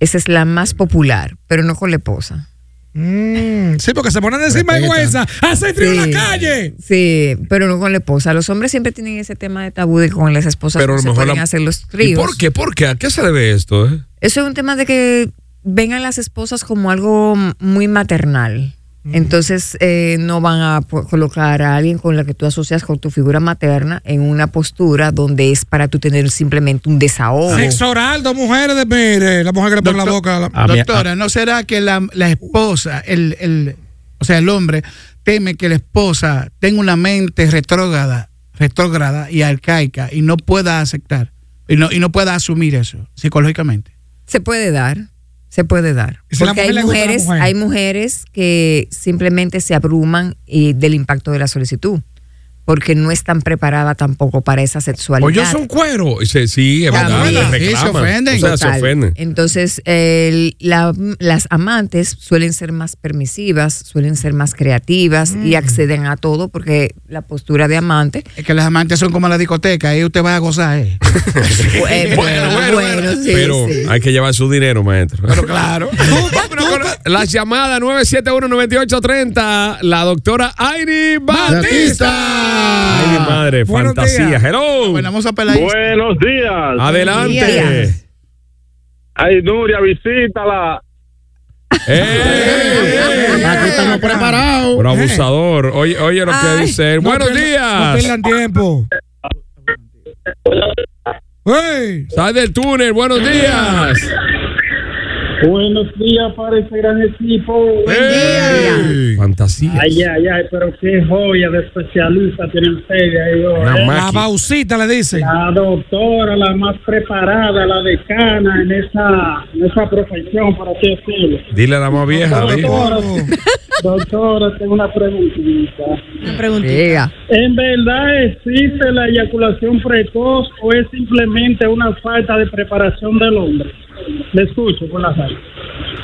[SPEAKER 9] Esa es la más popular, pero no con la esposa.
[SPEAKER 4] Mm, sí, porque se ponen de sin vergüenza. ¡Hace frío en la calle!
[SPEAKER 9] Sí, pero no con la esposa. Los hombres siempre tienen ese tema de tabú de que con las esposas
[SPEAKER 10] Pero a
[SPEAKER 9] no
[SPEAKER 10] lo
[SPEAKER 9] se
[SPEAKER 10] mejor
[SPEAKER 9] pueden
[SPEAKER 10] la-
[SPEAKER 9] hacer los
[SPEAKER 10] ¿Y
[SPEAKER 9] tríos.
[SPEAKER 10] por qué? ¿Por qué? ¿A qué se debe esto? eh?
[SPEAKER 9] Eso es un tema de que vengan las esposas como algo muy maternal.
[SPEAKER 10] Mm.
[SPEAKER 9] Entonces eh, no van a po- colocar a alguien con la que tú asocias con tu figura materna en una postura donde es para tú tener simplemente un desahogo.
[SPEAKER 4] Sexo oral, dos mujeres, de, mire, la mujer que le pone la boca. a la-
[SPEAKER 7] Doctora, ¿no será que la, la esposa, el, el, o sea, el hombre, teme que la esposa tenga una mente retrógrada, retrógrada y arcaica y no pueda aceptar y no, y no pueda asumir eso psicológicamente?
[SPEAKER 9] Se puede dar, se puede dar.
[SPEAKER 7] Y si la
[SPEAKER 9] Porque hay
[SPEAKER 7] mujer le gusta a la
[SPEAKER 9] mujeres,
[SPEAKER 7] mujer.
[SPEAKER 9] hay mujeres que simplemente se abruman eh, del impacto de la solicitud, porque no están preparadas tampoco para esa sexualidad.
[SPEAKER 10] O
[SPEAKER 7] Pues
[SPEAKER 10] yo soy un cuero. Y se- sí, es verdad.
[SPEAKER 9] También.
[SPEAKER 10] le reclaman. O sea, se
[SPEAKER 9] Total. Eh,
[SPEAKER 10] ofenden.
[SPEAKER 9] Entonces, el- la- las amantes suelen ser más permisivas, suelen ser más creativas
[SPEAKER 7] Mm.
[SPEAKER 9] y acceden a todo porque la postura de amante.
[SPEAKER 7] Es que las amantes son como la discoteca, ahí usted va a gozar. ¿eh?
[SPEAKER 9] Bueno, eh, bueno, sí,
[SPEAKER 10] Pero
[SPEAKER 9] sí.
[SPEAKER 10] hay que llevar su dinero, maestro. Pero
[SPEAKER 7] claro.
[SPEAKER 10] Las llamadas 971-9830, la doctora Airi Batista. Ay, mi madre,
[SPEAKER 7] Buenos
[SPEAKER 10] fantasía.
[SPEAKER 7] días.
[SPEAKER 10] Hello.
[SPEAKER 7] Bueno, vamos a pelar esto.
[SPEAKER 6] Buenos días.
[SPEAKER 10] Adelante.
[SPEAKER 6] Días. Ay, Nuria, visítala.
[SPEAKER 10] Eh.
[SPEAKER 5] Aquí estamos preparados.
[SPEAKER 10] Por abusador. Oye, oye lo que
[SPEAKER 5] Ay.
[SPEAKER 10] dice. él.
[SPEAKER 5] No
[SPEAKER 10] Buenos
[SPEAKER 5] pierdan-
[SPEAKER 4] Eh. No
[SPEAKER 10] días.
[SPEAKER 4] pierdan tiempo. ¡Ey!
[SPEAKER 10] Sal del túnel. Buenos días.
[SPEAKER 6] Buenos días para ese gran equipo.
[SPEAKER 10] Ey. Fantasía.
[SPEAKER 6] Ay, ay, ay, pero qué joya de especialista tienen ustedes ahí hoy.
[SPEAKER 10] Una
[SPEAKER 6] ¿eh?
[SPEAKER 10] máquina. La
[SPEAKER 4] pausita le dicen.
[SPEAKER 6] La doctora, la más preparada, la decana en esa, en esa profesión, por así decirlo.
[SPEAKER 10] Dile a la más vieja. dile.
[SPEAKER 6] Doctora, doctora, tengo una preguntita.
[SPEAKER 3] Una preguntita.
[SPEAKER 6] ¿En verdad existe la eyaculación precoz o es simplemente una falta de preparación del hombre? Le escucho con la sal.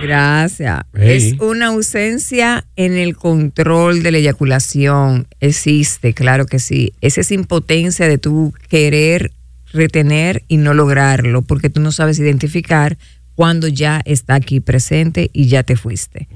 [SPEAKER 9] Gracias.
[SPEAKER 6] Ey.
[SPEAKER 9] Es una ausencia en el control de la eyaculación. Existe, claro que sí. Es esa impotencia de tú querer retener y no lograrlo, porque tú no sabes identificar cuando ya está aquí presente y ya te fuiste.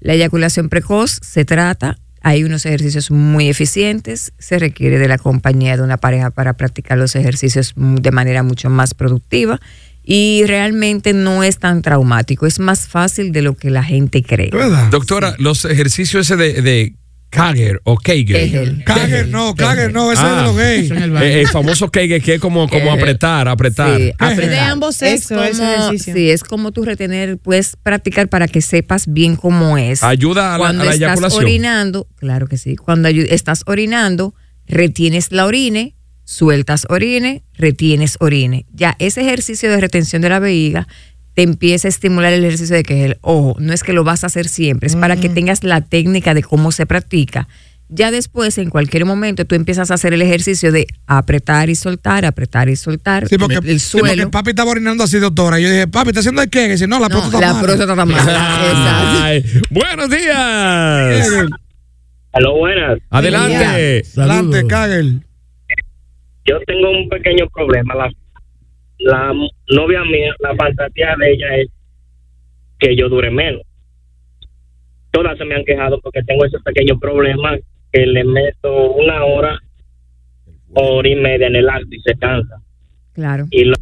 [SPEAKER 9] La eyaculación precoz se trata, hay unos ejercicios muy eficientes, se requiere de la compañía de una pareja para practicar los ejercicios mm, de manera mucho más productiva y realmente no es tan traumático, es más fácil de lo que la gente cree.
[SPEAKER 10] Doctora, los ejercicios ese de, de Kager o Kegel.
[SPEAKER 9] Kegel.
[SPEAKER 4] Kager no, Kager no, ese es de los gays.
[SPEAKER 10] Ah, eh, el famoso Kegel que es como, como
[SPEAKER 9] Kegel.
[SPEAKER 10] apretar, apretar.
[SPEAKER 9] Sí, apretar.
[SPEAKER 3] de ambos sexos,
[SPEAKER 9] es
[SPEAKER 3] ese
[SPEAKER 9] como,
[SPEAKER 3] ejercicio.
[SPEAKER 9] sí, es como tú retener, puedes practicar para que sepas bien cómo es.
[SPEAKER 10] Ayuda a la,
[SPEAKER 9] Cuando
[SPEAKER 10] a la
[SPEAKER 9] estás
[SPEAKER 10] eyaculación.
[SPEAKER 9] orinando, claro que sí. Cuando ayu- estás orinando, retienes la orine, sueltas orine, retienes orine. Ya ese ejercicio de retención de la vejiga te empieza a estimular el ejercicio de que es el ojo. No es que lo vas a hacer siempre, es para que
[SPEAKER 10] Mm.
[SPEAKER 9] tengas la técnica de cómo se practica. Ya después, en cualquier momento, tú empiezas a hacer el ejercicio de apretar y soltar, apretar y soltar.
[SPEAKER 4] Sí, porque,
[SPEAKER 9] el
[SPEAKER 4] sí, porque
[SPEAKER 9] suelo.
[SPEAKER 4] papi estaba orinando así, doctora. Y yo dije, papi, ¿está haciendo el qué? Y dice, no, la próstata
[SPEAKER 9] la
[SPEAKER 4] mala.
[SPEAKER 9] próstata está mala. Exacto.
[SPEAKER 10] Ay, buenos días.
[SPEAKER 8] Aló, buenas.
[SPEAKER 10] Adelante.
[SPEAKER 4] Adelante, Kagel.
[SPEAKER 8] Yo tengo un pequeño problema. La, la m- novia mía, la fantasía de ella es que yo dure menos. Todas se me han quejado porque tengo ese pequeño problema que le meto una hora, hora y media en el acto y se cansa.
[SPEAKER 9] Claro.
[SPEAKER 8] Y lo-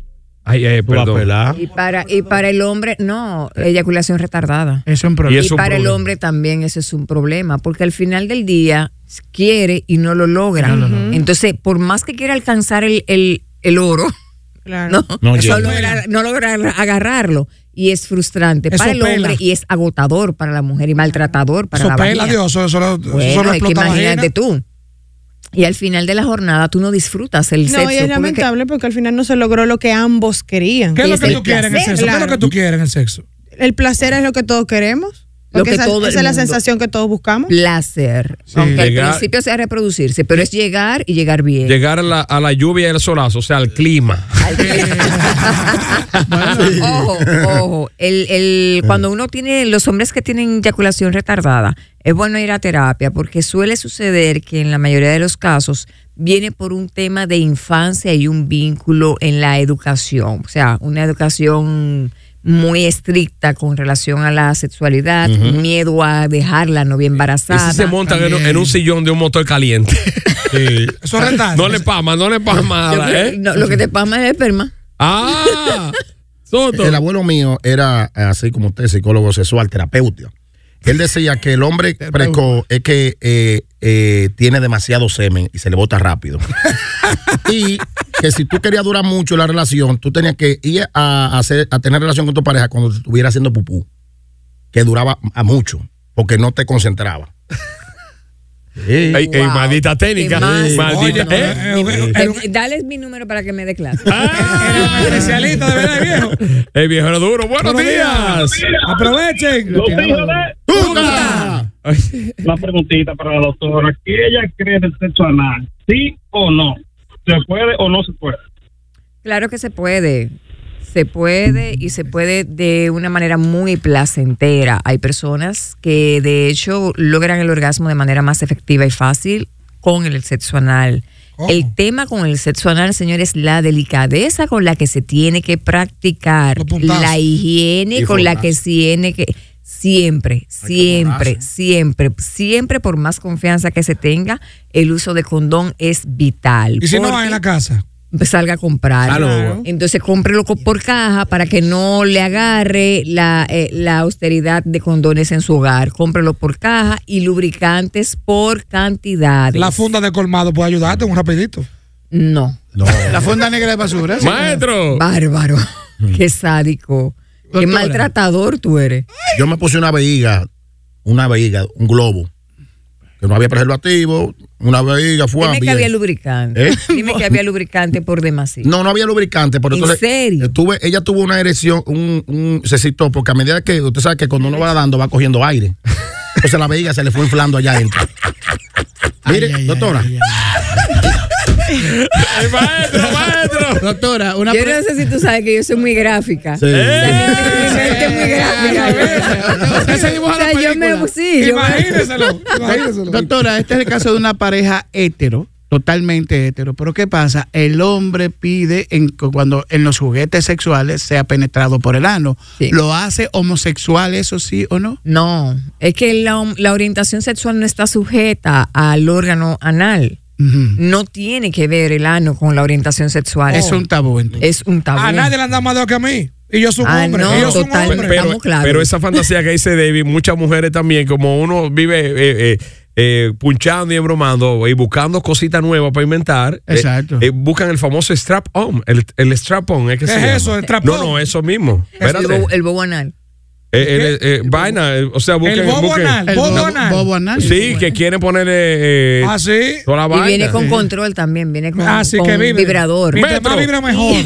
[SPEAKER 10] Ay, ay, perdón.
[SPEAKER 9] Y para, y para el hombre, no, eyaculación retardada.
[SPEAKER 7] Es un
[SPEAKER 9] Y,
[SPEAKER 7] problema.
[SPEAKER 9] para el hombre también eso es un problema, porque al final del día quiere y no lo logra. Entonces, por más que quiera alcanzar el, el, el oro, no,
[SPEAKER 11] No
[SPEAKER 9] eso
[SPEAKER 11] llega.
[SPEAKER 9] logra- no logra agarrarlo. Y es frustrante
[SPEAKER 4] Eso
[SPEAKER 9] para el hombre
[SPEAKER 4] pela.
[SPEAKER 9] y es agotador para la mujer y maltratador para
[SPEAKER 4] Eso
[SPEAKER 9] la
[SPEAKER 4] pela,
[SPEAKER 9] vagina.
[SPEAKER 4] Dios, eso- eso lo- eso
[SPEAKER 9] Bueno,
[SPEAKER 4] lo
[SPEAKER 9] es que
[SPEAKER 4] explota vagina.
[SPEAKER 9] imagínate tú. Y al final de la jornada tú no disfrutas el
[SPEAKER 3] No,
[SPEAKER 9] sexo.
[SPEAKER 3] y es
[SPEAKER 9] porque-
[SPEAKER 3] lamentable porque al final no se logró lo que ambos querían.
[SPEAKER 4] ¿Qué es lo
[SPEAKER 9] es
[SPEAKER 4] que
[SPEAKER 9] el
[SPEAKER 4] tú quieres en el
[SPEAKER 3] placer,
[SPEAKER 4] sexo? ¿Qué es lo
[SPEAKER 3] claro.
[SPEAKER 4] que tú quieres en el sexo?
[SPEAKER 3] El placer es lo que todos queremos.
[SPEAKER 9] Lo
[SPEAKER 3] Porque
[SPEAKER 9] que
[SPEAKER 3] esa,
[SPEAKER 9] todo el
[SPEAKER 3] esa es la
[SPEAKER 9] mundo-
[SPEAKER 3] sensación que todos buscamos.
[SPEAKER 9] placer.
[SPEAKER 10] Sí,
[SPEAKER 9] Aunque
[SPEAKER 10] llegar-
[SPEAKER 9] al principio sea reproducirse, pero es llegar y llegar bien.
[SPEAKER 10] Llegar a la, a la lluvia y el solazo, o sea, al clima.
[SPEAKER 9] Ojo, ojo. El, el- cuando uno tiene, los hombres que tienen eyaculación retardada, es bueno ir a terapia porque suele suceder que en la mayoría de los casos viene por un tema de infancia y un vínculo en la educación. O sea, una educación muy estricta con relación a la sexualidad,
[SPEAKER 2] Ujú.
[SPEAKER 9] miedo a dejarla no bien
[SPEAKER 2] Y
[SPEAKER 9] embarazada.
[SPEAKER 2] si se montan en, un- en un sillón de un motor caliente.
[SPEAKER 4] Eso
[SPEAKER 2] No le pama, no le pama
[SPEAKER 9] Yo
[SPEAKER 2] nada,
[SPEAKER 9] creo-
[SPEAKER 2] ¿eh?
[SPEAKER 9] no, lo que te pama es el esperma.
[SPEAKER 2] Ah,
[SPEAKER 5] El abuelo mío era, así como usted, psicólogo sexual, terapeuta. Él decía que el hombre precoz es que eh, eh, tiene demasiado semen y se le bota rápido. y que si tú querías durar mucho la relación, tú tenías que ir a, hacer, a tener relación con tu pareja cuando te estuviera haciendo pupú. Que duraba a mucho, porque no te concentraba.
[SPEAKER 2] Ey, ey, maldita técnica.
[SPEAKER 5] más?
[SPEAKER 2] Maldita.
[SPEAKER 5] Oye,
[SPEAKER 2] ¿eh?
[SPEAKER 9] Te- Dale mi número para que me dé clase.
[SPEAKER 4] especialista Ah, de verdad, viejo.
[SPEAKER 2] Ah. El viejo era duro. Buenos, días.
[SPEAKER 4] Aprovechen.
[SPEAKER 2] Los hijos
[SPEAKER 12] Una preguntita para la doctora. ¿Qué ella cree del sexo anal? ¿Sí o no? ¿Se puede o no se puede?
[SPEAKER 9] Claro que se puede. Se puede y se puede de una manera muy placentera. Hay personas que de hecho logran el orgasmo de manera más efectiva y fácil con el sexo anal. El tema con el sexo anal, señores, es la delicadeza con la que se tiene que practicar, la higiene
[SPEAKER 13] Y
[SPEAKER 9] con la
[SPEAKER 13] fogonazos.
[SPEAKER 9] que se tiene que siempre, siempre, siempre, siempre por más confianza que se tenga, el uso de condón es vital.
[SPEAKER 4] Y si no va
[SPEAKER 9] porque-
[SPEAKER 4] en la casa.
[SPEAKER 9] salga a comprar.
[SPEAKER 4] Claro.
[SPEAKER 9] Entonces cómprelo co- por caja para que no le agarre la, eh, la austeridad de condones en su hogar. Cómprelo por caja y lubricantes por cantidades.
[SPEAKER 4] La funda de colmado puede ayudarte un rapidito.
[SPEAKER 9] No.
[SPEAKER 7] La funda negra de basura. sí.
[SPEAKER 9] Bárbaro. Qué sádico. Qué
[SPEAKER 5] Doctora.
[SPEAKER 9] maltratador tú eres.
[SPEAKER 5] Yo me puse una vejiga, una vejiga, un globo. Que no había preservativo, una vejiga, fue
[SPEAKER 9] Dime que
[SPEAKER 5] bien.
[SPEAKER 9] había lubricante.
[SPEAKER 5] ¿Eh?
[SPEAKER 9] Dime que había lubricante por demasía.
[SPEAKER 5] No, no había lubricante, pero
[SPEAKER 9] ¿En
[SPEAKER 5] entonces. estuve- ella tuvo una erección, un, un- se excitó, porque a medida que usted sabe que cuando uno va dando va cogiendo aire. Entonces la vejiga se le fue inflando allá adentro. Mire, doctora.
[SPEAKER 7] Doctora, una
[SPEAKER 9] yo
[SPEAKER 7] pre-
[SPEAKER 9] no sé si tú sabes que yo soy muy gráfica. O sea,
[SPEAKER 7] Eh.
[SPEAKER 9] mi- mi mente es muy gráfica.
[SPEAKER 7] seguimos a la
[SPEAKER 9] O sea, yo me-
[SPEAKER 7] película.
[SPEAKER 9] sí, yo me-
[SPEAKER 7] Doctora, este es el caso de una pareja hetero, totalmente hetero. Pero ¿qué pasa? El hombre pide en- cuando en los juguetes sexuales sea penetrado por el ano. ¿Lo hace homosexual eso sí o no?
[SPEAKER 9] No, es que la, la orientación sexual no está sujeta al órgano anal. No tiene que ver el ano con la orientación sexual.
[SPEAKER 7] Es un tabú. entonces.
[SPEAKER 9] Es un tabú.
[SPEAKER 7] Ah,
[SPEAKER 4] A Ah, nadie le anda más dado que a mí. Y yo soy un
[SPEAKER 9] Ah,
[SPEAKER 4] hombre.
[SPEAKER 9] no,
[SPEAKER 4] y yo soy un
[SPEAKER 9] total,
[SPEAKER 4] hombre.
[SPEAKER 9] estamos claros.
[SPEAKER 2] Pero esa fantasía que dice David, muchas mujeres también, como uno vive eh, eh, eh, punchando y bromando y buscando cositas nuevas para inventar, eh,
[SPEAKER 7] Exacto.
[SPEAKER 2] eh, buscan el famoso strap-on. El, el strap-on es que
[SPEAKER 9] ¿Qué
[SPEAKER 2] se
[SPEAKER 9] es
[SPEAKER 2] llama.
[SPEAKER 9] eso, el
[SPEAKER 2] No,
[SPEAKER 9] strap-on?
[SPEAKER 2] no, eso mismo.
[SPEAKER 9] el,
[SPEAKER 2] Espérate.
[SPEAKER 9] bobo, el bobo anal.
[SPEAKER 2] Eh, el, eh, eh, vaina, eh, o sea, busquen. busquen-
[SPEAKER 7] El bobo- bobo anal.
[SPEAKER 2] Sí, que quieren ponerle. eh,
[SPEAKER 7] Ah, sí.
[SPEAKER 2] Toda la
[SPEAKER 9] Y
[SPEAKER 2] vaina.
[SPEAKER 9] viene con control también, viene con,
[SPEAKER 7] Ah, sí,
[SPEAKER 9] con
[SPEAKER 7] que vibre.
[SPEAKER 9] vibrador.
[SPEAKER 7] Mientras más Metro. vibra, mejor.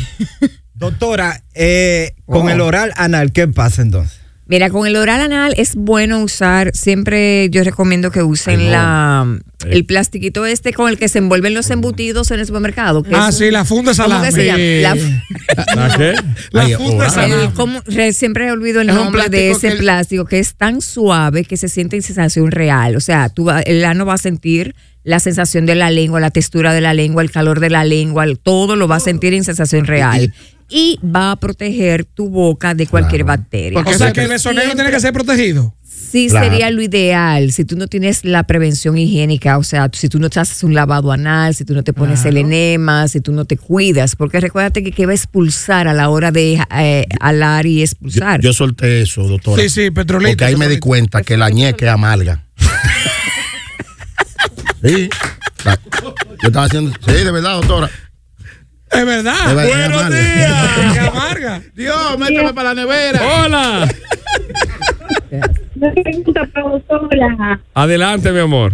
[SPEAKER 14] Doctora, eh, con el oral anal, ¿qué pasa entonces?
[SPEAKER 9] Mira, con el oral anal es bueno usar, siempre yo recomiendo que usen
[SPEAKER 14] Ay, no.
[SPEAKER 9] la
[SPEAKER 7] Eh.
[SPEAKER 9] el plastiquito este con el que se envuelven los embutidos en el supermercado. que
[SPEAKER 4] Ah,
[SPEAKER 9] es-
[SPEAKER 4] sí, la funda de
[SPEAKER 9] ¿Cómo que se llama?
[SPEAKER 4] salame.
[SPEAKER 9] La
[SPEAKER 2] ¿La qué?
[SPEAKER 4] La funda de
[SPEAKER 9] El-
[SPEAKER 4] salame.
[SPEAKER 9] como- re- siempre olvido el
[SPEAKER 4] Es un
[SPEAKER 9] nombre de
[SPEAKER 4] plástico
[SPEAKER 9] ese
[SPEAKER 4] que el-
[SPEAKER 9] plástico que es tan suave que se siente sensación real. O sea, tú, va- el ano va a sentir la sensación de la lengua, la textura de la lengua, el calor de la lengua, el- todo lo va a sentir en sensación real. Y va a proteger tu boca de cualquier bacteria.
[SPEAKER 4] O sea que el beso negro tiene que ser protegido.
[SPEAKER 9] Sí
[SPEAKER 4] Claro.
[SPEAKER 9] sería lo ideal si tú no tienes la prevención higiénica, o sea, si tú no te haces un lavado anal, si tú no te pones el enema, si tú no te cuidas, porque recuérdate que, que va a expulsar a la hora de eh, alar y expulsar.
[SPEAKER 5] Yo solté eso, doctora.
[SPEAKER 9] Sí, sí, petrolito,
[SPEAKER 5] Porque ahí me di cuenta que la ñeca es amarga. sí. la- yo estaba haciendo. Sí, de verdad, doctora.
[SPEAKER 4] Es verdad.
[SPEAKER 5] Es verdad, es
[SPEAKER 4] Buenos
[SPEAKER 5] amarga.
[SPEAKER 4] días. Qué amarga.
[SPEAKER 7] Dios, méteme para la
[SPEAKER 5] Oh,
[SPEAKER 7] nevera.
[SPEAKER 2] Hola.
[SPEAKER 6] Una pregunta para doctora.
[SPEAKER 2] Adelante, mi amor.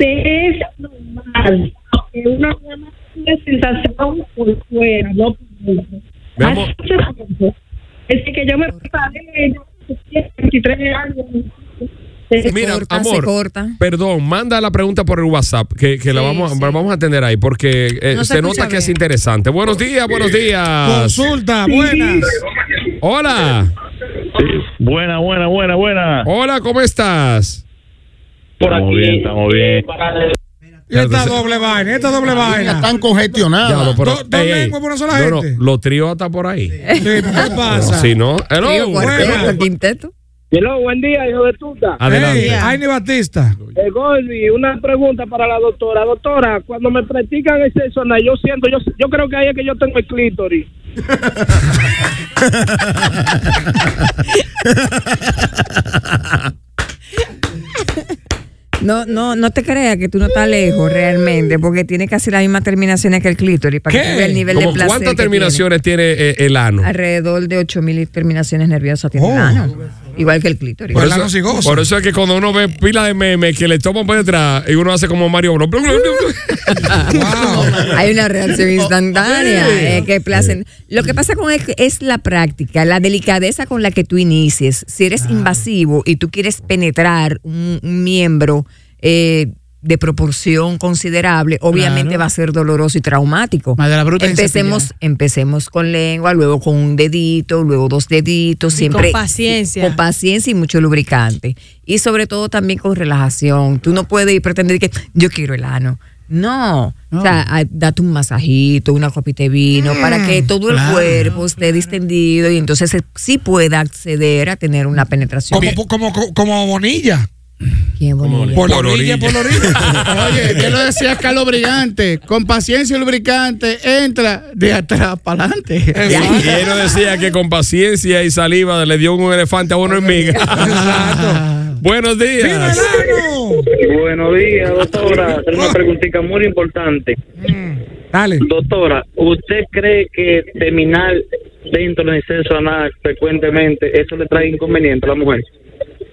[SPEAKER 6] ¿Es normal que una dama tenga sensación por fuera, no por dentro?
[SPEAKER 2] Mi amor.
[SPEAKER 6] Hace mucho tiempo, Desde que yo me preparé, yo tenía 23 años. Se
[SPEAKER 2] Mira,
[SPEAKER 6] corta, se
[SPEAKER 2] amor,
[SPEAKER 6] corta.
[SPEAKER 2] perdón, manda la pregunta por el WhatsApp, que, que la
[SPEAKER 6] Sí,
[SPEAKER 2] vamos, a-
[SPEAKER 6] sí.
[SPEAKER 2] vamos a atender ahí, porque eh,
[SPEAKER 4] No se
[SPEAKER 2] se
[SPEAKER 4] escucha
[SPEAKER 2] nota que es
[SPEAKER 4] bien.
[SPEAKER 2] interesante. Buenos días, buenos días.
[SPEAKER 4] Consulta, buenas.
[SPEAKER 2] Hola.
[SPEAKER 15] Buena, buena, buena, buena.
[SPEAKER 2] Hola, ¿cómo estás?
[SPEAKER 15] Por estamos bien, estamos bien.
[SPEAKER 4] Y esta doble vaina, esta doble vaina.
[SPEAKER 5] Están congestionadas.
[SPEAKER 2] Diablo, pero-
[SPEAKER 4] Do- dos
[SPEAKER 2] ey, ey.
[SPEAKER 4] lenguas por una sola
[SPEAKER 2] No, no,
[SPEAKER 4] gente.
[SPEAKER 2] Lo trío hasta por ahí.
[SPEAKER 4] Sí, ¿pero ¿qué pasa?
[SPEAKER 2] Si no, hello.
[SPEAKER 4] Trío, cuarteto,
[SPEAKER 2] Buena.
[SPEAKER 9] quinteto.
[SPEAKER 16] Hello, buen día, hijo de tuta.
[SPEAKER 2] Adelante.
[SPEAKER 4] Ey, Aine Batista.
[SPEAKER 16] Eh, Gordy, una pregunta para la doctora. Doctora, cuando me practican el sexo anal, yo siento, yo, yo creo que ahí es que yo tengo el clítoris.
[SPEAKER 9] No, no, no te creas que tú no estás lejos realmente, porque tiene casi las mismas terminaciones que el clítoris para que tú veas el nivel de
[SPEAKER 2] ¿Cómo
[SPEAKER 9] placer.
[SPEAKER 2] ¿Cuántas
[SPEAKER 9] que tiene.
[SPEAKER 2] terminaciones tiene, eh, el ano?
[SPEAKER 9] Alrededor de 8.000 terminaciones nerviosas tiene el
[SPEAKER 2] Oh.
[SPEAKER 9] ano, igual que el clítoris.
[SPEAKER 2] Por eso, por eso es que cuando uno ve pilas de memes que le toman por detrás y uno hace como Mario Bros.
[SPEAKER 9] Hay una reacción instantánea. eh, que placen- Lo que pasa con es, es la práctica, la delicadeza con la que tú inicies. Si eres invasivo y tú quieres penetrar un, un miembro eh, de proporción considerable, obviamente
[SPEAKER 7] Claro.
[SPEAKER 9] va a ser doloroso y traumático.
[SPEAKER 7] la bruta
[SPEAKER 9] empecemos, empecemos con lengua, luego con un dedito, luego dos deditos, siempre
[SPEAKER 3] con paciencia.
[SPEAKER 9] con paciencia y mucho lubricante. Y sobre todo también con relajación. Tú no puedes pretender que yo quiero el ano. No, o sea, a- date un masajito, una copita de vino,
[SPEAKER 3] Mm,
[SPEAKER 9] para que todo el
[SPEAKER 3] claro,
[SPEAKER 9] cuerpo esté distendido y entonces se- sí pueda acceder a tener una penetración.
[SPEAKER 4] Como, como, como, como Bonilla.
[SPEAKER 9] ¿Quién
[SPEAKER 4] Bonilla? Por la orilla, por la orilla.
[SPEAKER 7] Oye, ¿qué lo decía Carlos Brigante? Con paciencia y lubricante, entra de atrás para adelante.
[SPEAKER 2] Y él nos decía que con paciencia y saliva le dio un elefante a uno en miga. Buenos días.
[SPEAKER 6] Buenos días, doctora. Hacer una preguntita muy importante.
[SPEAKER 4] Dale.
[SPEAKER 6] Doctora, ¿usted cree que terminar dentro del sexo anal frecuentemente eso le trae inconveniente a la mujer?